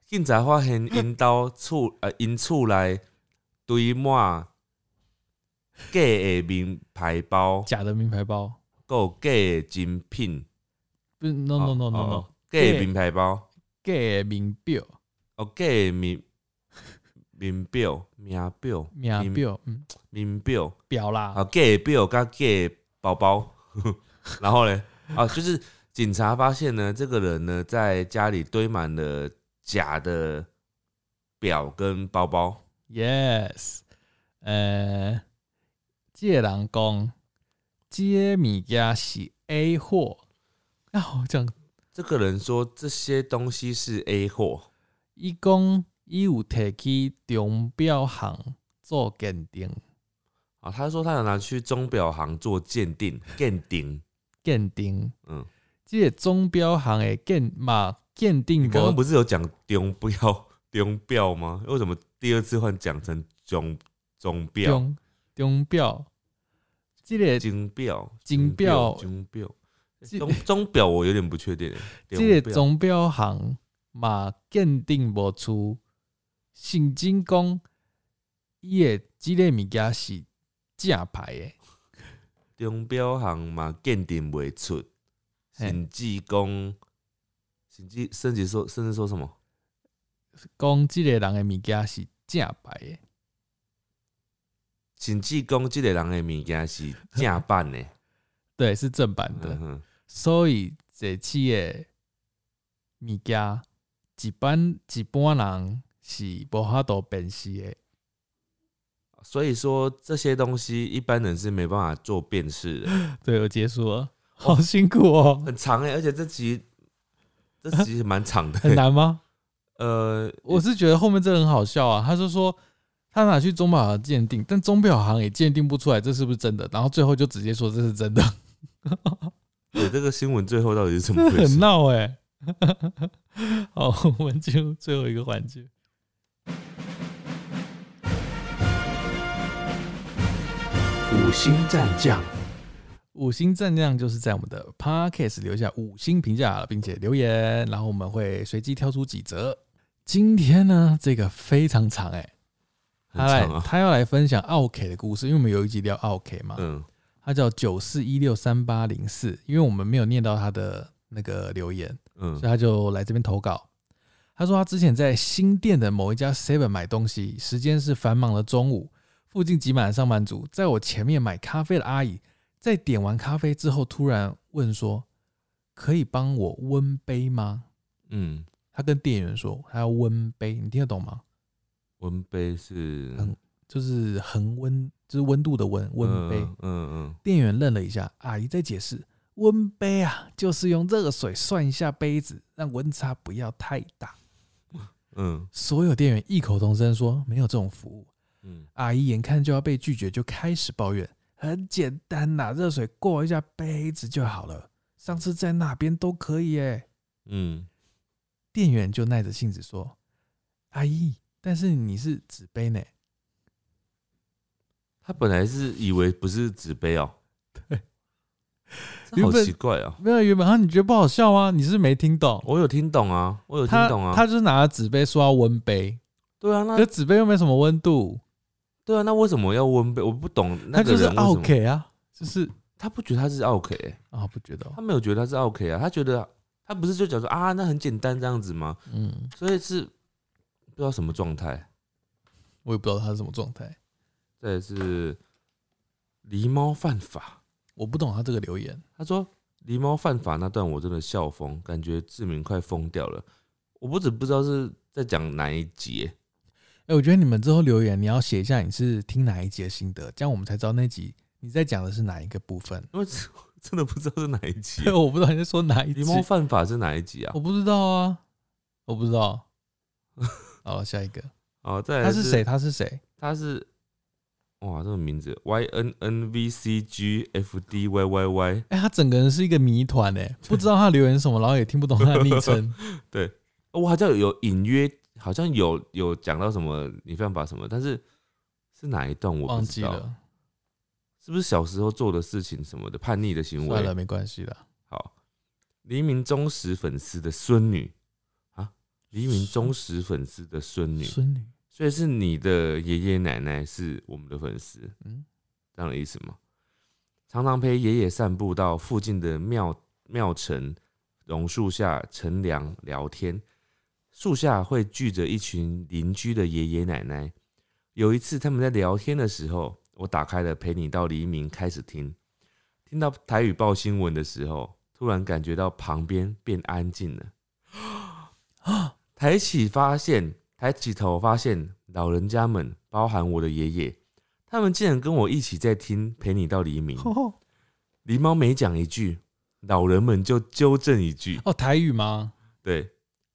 警察发现因兜厝呃因厝内堆满假的名牌包。
假的名牌包，
够假的精品
不是 no no no no
哦
no，
哦假的
假
名牌包，
假的名表、
哦，假的名名表、名表、
名
名
表，嗯，
名表，
表啦，
啊，假的表跟假的包包， 然后呢，啊，就是警察发现呢，这个人呢在家里堆满了假的表跟包包，
，yes，呃，即个人讲，即个物件是 A 货，啊，我讲，
这个人说这些东西是 A 货，
伊讲伊有摕去中表行做鉴定。
啊，他说他有拿去钟表行做鉴定，鉴定，
鉴定，
嗯，
即个钟表行诶鉴嘛鉴定
你刚刚
无
不是有讲钟表 钟表吗？为什么第二次换讲成钟钟表？
钟钟表，即个
金表、
金表
金表、
这
钟钟表，我有点不确定欸。
即个
表
钟表行嘛鉴定无出，圣经讲伊诶即个物件是正牌诶，
钟表行嘛，鉴定未出，
嘿
甚至讲，甚至甚至说，甚至说什么？
讲即个人诶物件是正牌诶，
甚至讲即个人的物件是正版的。
对，是正版的。
嗯哼，
所以这次的物件，一般一般人是无法度辨识的。
所以说这些东西一般人是没办法做辨 识的，
对，我结束了，好辛苦哦、
很长哎、而且 这集这集蛮长的、
很难吗？
呃，
我是觉得后面这很好笑啊。他就说他拿去钟表行鉴定，但钟表行也鉴定不出来这是不是真的，然后最后就直接说这是真的，
对这个新闻最后到底是怎么回
很
事？
闹哎、好，我们进入最后一个环节。
五星战将，
五星战将就是在我们的 podcast 留下五星评价，并且留言，然后我们会随机挑出几则。今天呢，这个非常长哎、
很
他来、
长啊，
他要来分享奥 K 的故事，因为我们有一集聊奥 K 嘛，
嗯，
他叫九四一六三八零四，因为我们没有念到他的那个留言，
嗯
所以他就来这边投稿。他说他之前在新店的某一家 Seven 买东西，时间是繁忙的中午，附近挤满了上班族。在我前面买咖啡的阿姨，在点完咖啡之后，突然问说：“可以帮我温杯吗
嗯，？”
他跟店员说他要温杯，你听得懂吗？
温杯是
嗯就是恒温，就是温度的温温杯。
嗯嗯嗯，
店员愣了一下，阿姨在解释：“温杯啊，就是用热水涮一下杯子，让温差不要太大。”
嗯
所有店员异口同声说没有这种服务。
嗯
阿姨眼看就要被拒绝，就开始抱怨：很简单呐、热水过一下杯子就好了。上次在那边都可以耶。
嗯，
店员就耐着性子说：“阿姨，但是你是纸杯呢。
他本来是以为不是纸杯哦、
对
这好奇怪哦、”
没有，原本他你觉得不好笑啊？你是没听懂？
我有听懂啊，我有听
他
懂啊，
他就是拿了纸杯说要温杯，
对啊，
可
那
纸杯又没什么温度，
对啊，那为什么要温杯？我不懂那
他
个
就是
人为什么，
OK 啊，就是
他不觉得他是 OK，、欸、
啊，不觉得哦、
他没有觉得他是 OK 啊，他觉得他不是就讲说啊，那很简单这样子吗？
嗯，
所以是不知道什么状态，
我也不知道他是什么状态，
再来是狸猫犯法。
我不懂他这个留言。
他说狸猫犯法那段我真的笑疯，感觉志明快疯掉了。我不止不知道是在讲哪一集欸、
哎、我觉得你们之后留言，你要写一下你是听哪一集的心得，这样我们才知道那集你在讲的是哪一个部 分。
因为真真的不知道是哪一集
对，
欸、
我不知道你在说哪一集
狸，猫犯法是哪一集啊
我？不知道啊，我不知道。 好，下一个，
哦，再来
他是谁？？他是谁？
他是哇，这个名字 Y N N V C G F D Y Y Y，
哎、他整个人是一个谜团 哎，不知道他留言什么，然后也听不懂他的昵称。
哦我好像有隐约好像有有讲到什么你犯法什么，但是是哪一段 我
忘
不
记
知道，
了，
是不是小时候做的事情什么的叛逆的行
算了，
为？
没关系的。
好，黎明忠实粉丝的孙女啊，黎明忠实粉丝的孙女，
孙女，
所以是你的爷爷奶奶是我们的粉丝，
嗯，
这样的意思吗？常常陪爷爷散步到附近的庙庙城榕树下乘凉聊天，树下会聚着一群邻居的爷爷奶奶。有一次他们在聊天的时候，我打开了《陪你到黎明》开始听，听到台语报新闻的时候，突然感觉到旁边变安静了。抬起发现，抬起头发现，老人家们，包含我的爷爷，他们竟然跟我一起在听《陪你到黎明》。
哦，
狸
哦
猫每讲一句，老人们就纠正一句。
哦，台语吗？
对，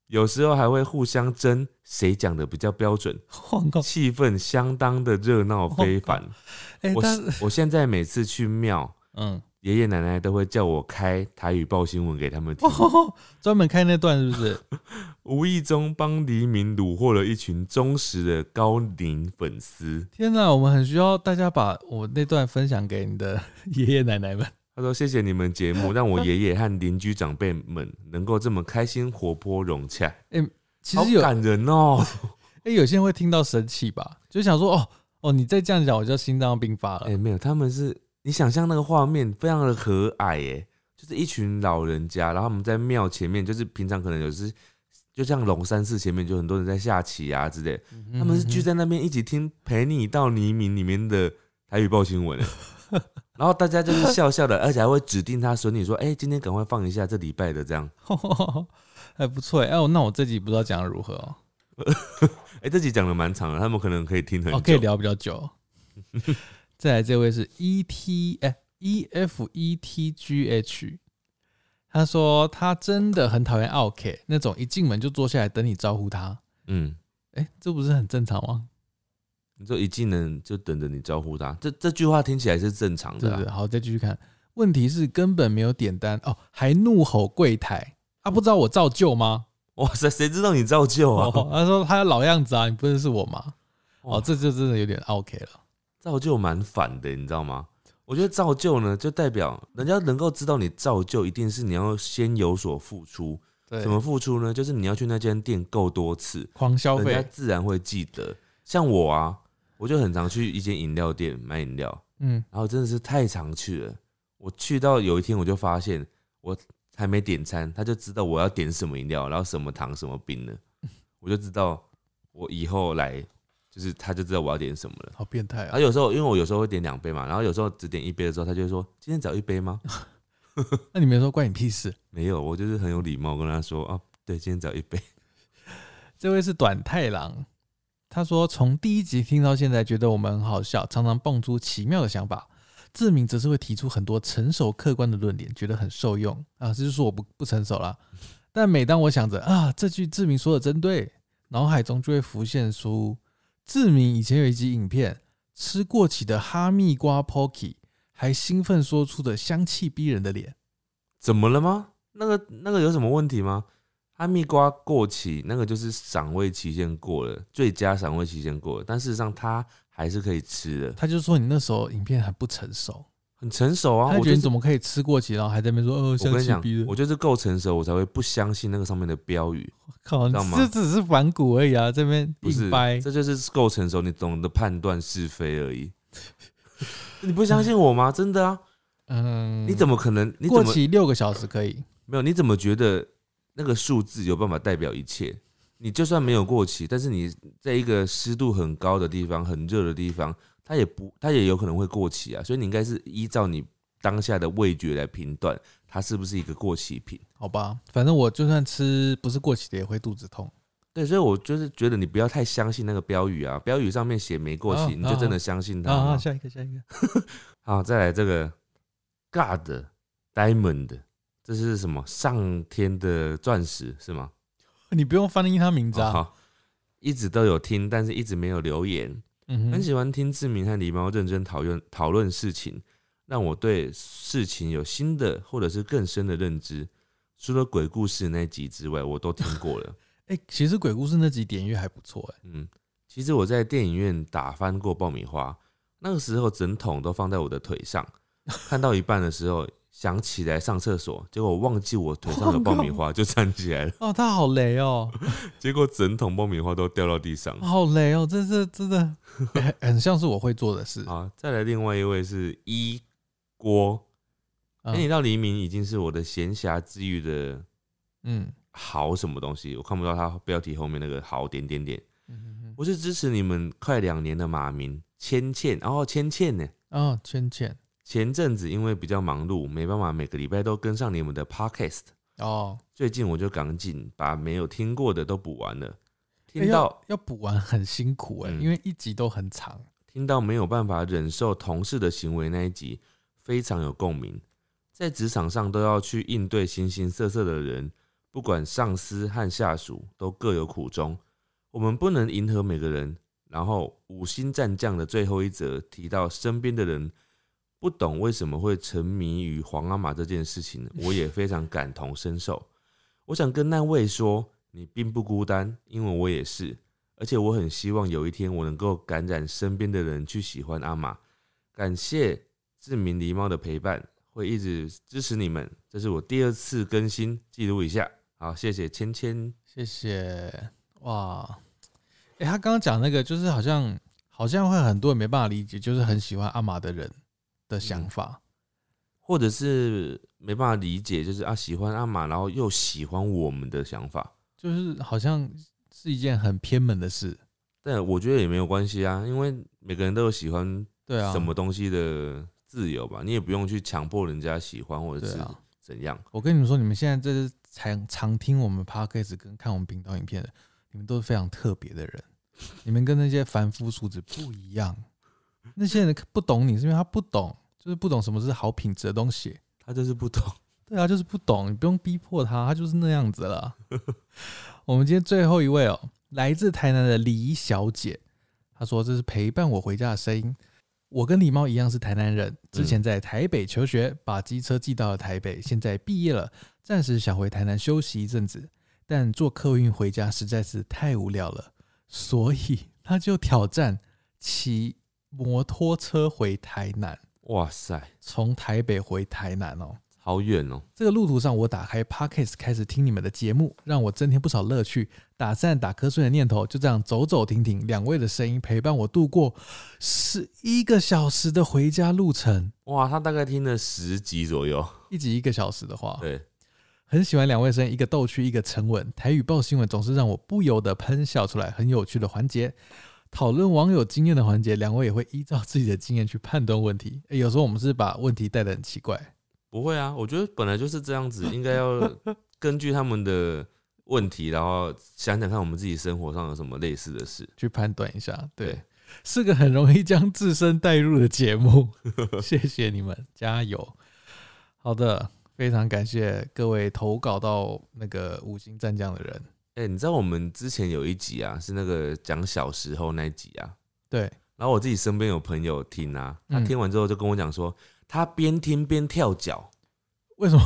有时候还会互相争谁讲的比较标准，
晃告
气氛相当的热闹非凡。
哎、
我
但
是我现在每次去庙，
嗯，
爷爷奶奶都会叫我开台语报新闻给他们听，
哦， 专门开那段是不是？
无意中帮黎明虏获了一群忠实的高龄粉丝。
天哪，我们很需要大家把我那段分享给你的爷爷奶奶们。
他说：“谢谢你们 节目，让我爷爷和邻居长辈们能够这么开心、活泼、融洽，
其
好
实有哎、
感人哦。
有些人会听到生气吧，就想说哦哦，你再这样讲，我就心脏病发了。
哎、没有，他们是你想象那个画面非常的和蔼，哎，就是一群老人家，然后他们在庙前面，就是平常可能有时就像龙山寺前面就很多人在下棋啊之类的，
嗯
他们是聚在那边一起听《陪你到黎明》里面的台语报新闻， 哎然后大家就是笑笑的，而且还会指定他孙女说：“哎、今天赶快放一下这礼拜的这样。
嗯 还不错哎、哎、那我这集不知道讲的如何哦，”
哎，这集讲的蛮长的，他们可能可以听很久。
哦可以聊比较久。 再来这位是 E T 哎 E F E T G H，他说他真的很讨厌 OK 那种一进门就坐下来等你招呼他，
嗯，
哎、这不是很正常吗？
你说一进门就等着你招呼他，这这句话听起来是正常的啊
对
啦、
对，好，再继续看。问题是根本没有点单哦，还怒吼柜台啊！不知道我照旧吗？
哇塞，谁知道你照旧啊？
哦，他说他老样子啊，你不认识我吗？
哇
哦，这就真的有点 OK 了。
照旧蛮反的，你知道吗？我觉得照旧呢，就代表人家能够知道你照旧，一定是你要先有所付出。
对
怎么付出呢？就是你要去那间店够多次，
狂消
人家
费？
自然会记得。像我啊，我就很常去一间饮料店买饮料，
嗯，
然后真的是太常去了。我去到有一天，我就发现我还没点餐，他就知道我要点什么饮料，然后什么糖什么冰了，我就知道我以后来就是他就知道我要点什么了。
好变态
然
啊
后！有时候因为我有时候会点两杯嘛，然后有时候只点一杯的时候，他就会说今天只要一杯吗？
那你没说关你屁事？
没有，我就是很有礼貌跟他说啊，对，今天只要一杯。
这位是短太郎，他说从第一集听到现在，觉得我们很好笑，常常蹦出奇妙的想法。志明则是会提出很多成熟客观的论点，觉得很受用啊，这就是说我不不成熟啦。但每当我想着啊，这句志明说的真对，脑海中就会浮现出志明以前有一集影片吃过期的哈密瓜 Pocky，还兴奋说出的香气逼人的脸。
怎么了吗？那个那个有什么问题吗？哈密瓜过期，那个就是赏味期限过了，最佳赏味期限过了，但事实上它还是可以吃的，
他就说你那时候影片还不成熟，
很成熟啊。
他
我
觉得
就
你
是
怎么可以吃过期，然后还在那边说呃
我
香
跟你
气
讲
逼人，。
我就是够成熟，我才会不相信那个上面的标语，
靠，
知道吗
这只是反骨而已啊！这边
不是
硬掰，，
这就是够成熟，你懂得判断是非 而已。你不相信我吗？真的啊，
嗯，
你怎么可能？你
过
怎么
期六个小时可以？
没有？你怎么觉得那个数字有办法代表一切？你就算没有过期，但是你在一个湿度很高的地方、很热的地方，它也不，它也有可能会过期啊。所以你应该是依照你当下的味觉来评断它是不是一个过期品。
好吧，反正我就算吃不是过期的也会肚子痛。
对，所以我就是觉得你不要太相信那个标语啊，标语上面写没过期，
啊
你就真的相信它
啊啊，
吗？
下一个，下一个，
好，再来这个 God Diamond，这是什么？上天的钻石是吗？
你不用翻译他名字
哦
啊。
好，一直都有听，但是一直没有留言。
嗯
很
哼，
喜欢听志明和狸猫认真讨论讨论事情，让我对事情有新的或者是更深的认知。除了鬼故事那集之外，我都听 过了。
哎、其实鬼故事那集点阅还不错、哎，
嗯，其实我在电影院打翻过爆米花，那个时候整桶都放在我的腿上。看到一半的时候，想起来上厕所，结果我忘记我腿上有爆 米花，就站起来了，
哦，他好雷哦，
结果整桶爆米花都掉到地 上。
好雷哦，这是真的、 哎很像是我会做的事。
好，再来另外一位是一锅，
嗯
哎、你到黎明已经是我的闲暇之余的
嗯
好什么东西，我看不到他标题后面那个好点点点。
嗯嗯
我是支持你们快两年的马明芊芊，哦，芊芊呢？
嗯，哦，芊芊，
前阵子因为比较忙碌，没办法每个礼拜都跟上你们的 podcast。
哦，
最近我就赶紧把没有听过的都补完了，
哎
听
要
到、
要补完很辛苦哎、
嗯
因为一集都很长。
听到没有办法忍受同事的行为那一集，非常有共鸣。在职场上都要去应对形形色色的人，不管上司和下属都各有苦衷，我们不能迎合每个人。然后五星战将的最后一则提到，身边的人不懂为什么会沉迷于皇阿玛这件事情，我也非常感同身受。我想跟那位说，你并不孤单，因为我也是，而且我很希望有一天我能够感染身边的人去喜欢阿玛。感谢志明狸猫的陪伴，会一直支持你们。这是我第二次更新，记录一下。好，谢谢芊芊。
谢谢，哇，哎、他刚刚讲那个，就是好像好像会很多人没办法理解，就是很喜欢阿玛的人的
嗯
想法，
或者是没办法理解，就是啊喜欢阿玛，然后又喜欢我们的想法。
就是好像是一件很偏门的事，
但我觉得也没有关系啊，因为每个人都有喜欢
对啊，
什么东西的自由吧，你也不用去强迫人家喜欢或者
对
是
啊，
怎样。
我跟你们说，你们现在这是常常听我们 podcast 跟看我们频道影片的，你们都是非常特别的人，你们跟那些凡夫俗子不一样。那些人不懂你，是因为他不懂，就是不懂什么是好品质的东西。
他就是不懂，
对啊，就是不懂，你不用逼迫他，他就是那样子了。 我们今天最后一位哦，来自台南的李小姐，她说这是陪伴我回家的声音。我跟狸猫一样是台南人，之前在台北求学，把机车寄到了台北，现在毕业了，暂时想回台南休息一阵子，但坐客运回家实在是太无聊了，所以 他就挑战骑摩托车回台南，
哇塞，
从台北回台南哦。
好远哦、
这个路途上，我打开 Podcast 开始听你们的节目，让我增添不少乐趣。打散打瞌睡的念头，就这样走走停停，两位的声音陪伴我度过十一个小时的回家路程。
哇，他大概听了十集左右，
一集一个小时的话，
对，
很喜欢两位声音，一个逗趣，一个沉稳。台语报新闻总是让我不由得喷笑出来，很有趣的环节。讨论网友经验的环节，两位也会依照自己的经验去判断问题。诶有时候我们是把问题带得很奇怪，
不会啊，我觉得本来就是这样子，应该 要根据他们的问题，然后想想看我们自己生活上有什么类似的事。
去判断一下。对
对，
是个很容易将自身带入的节目。 谢谢你们，加油！好的，非常感谢各位投稿到那个五星战将的人。
哎、你知道我们之前有一集啊，是那个讲小时候那一集啊，
对，
然后我自己身边有朋友听啊，他
嗯
听完之后就跟我讲说，他边听边跳脚，
为什么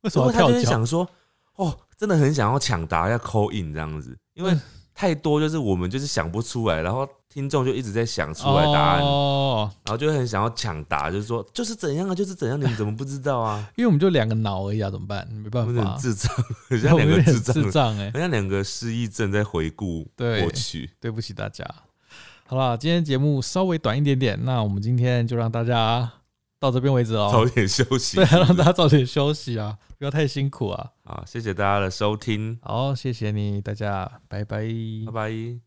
为什
所
么
以他
要
就是
跳脚？
想说，哦，真的很想要抢答要扣印这样子，因为
嗯
太多就是我们就是想不出来，然后听众就一直在想出来答案，
哦，
然后就会很想要抢答，就是说就是怎样啊，就是怎样，你们怎么不知道 啊？
因为我们就两个脑而已啊，怎么办？没办
我们
法
很，智障，很像
我
两
们有
个
点
智障，
智障哎、
很像两个失忆症在回顾
对
过，去。
对不起大家。好啦，今天节目稍微短一点点，那我们今天就让大家到这边为止
早
哦。
点休息
对啊，让大家早点休息啊，不要太辛苦啊。
啊！谢谢大家的收听，
好，谢谢你，大家，拜拜
拜拜。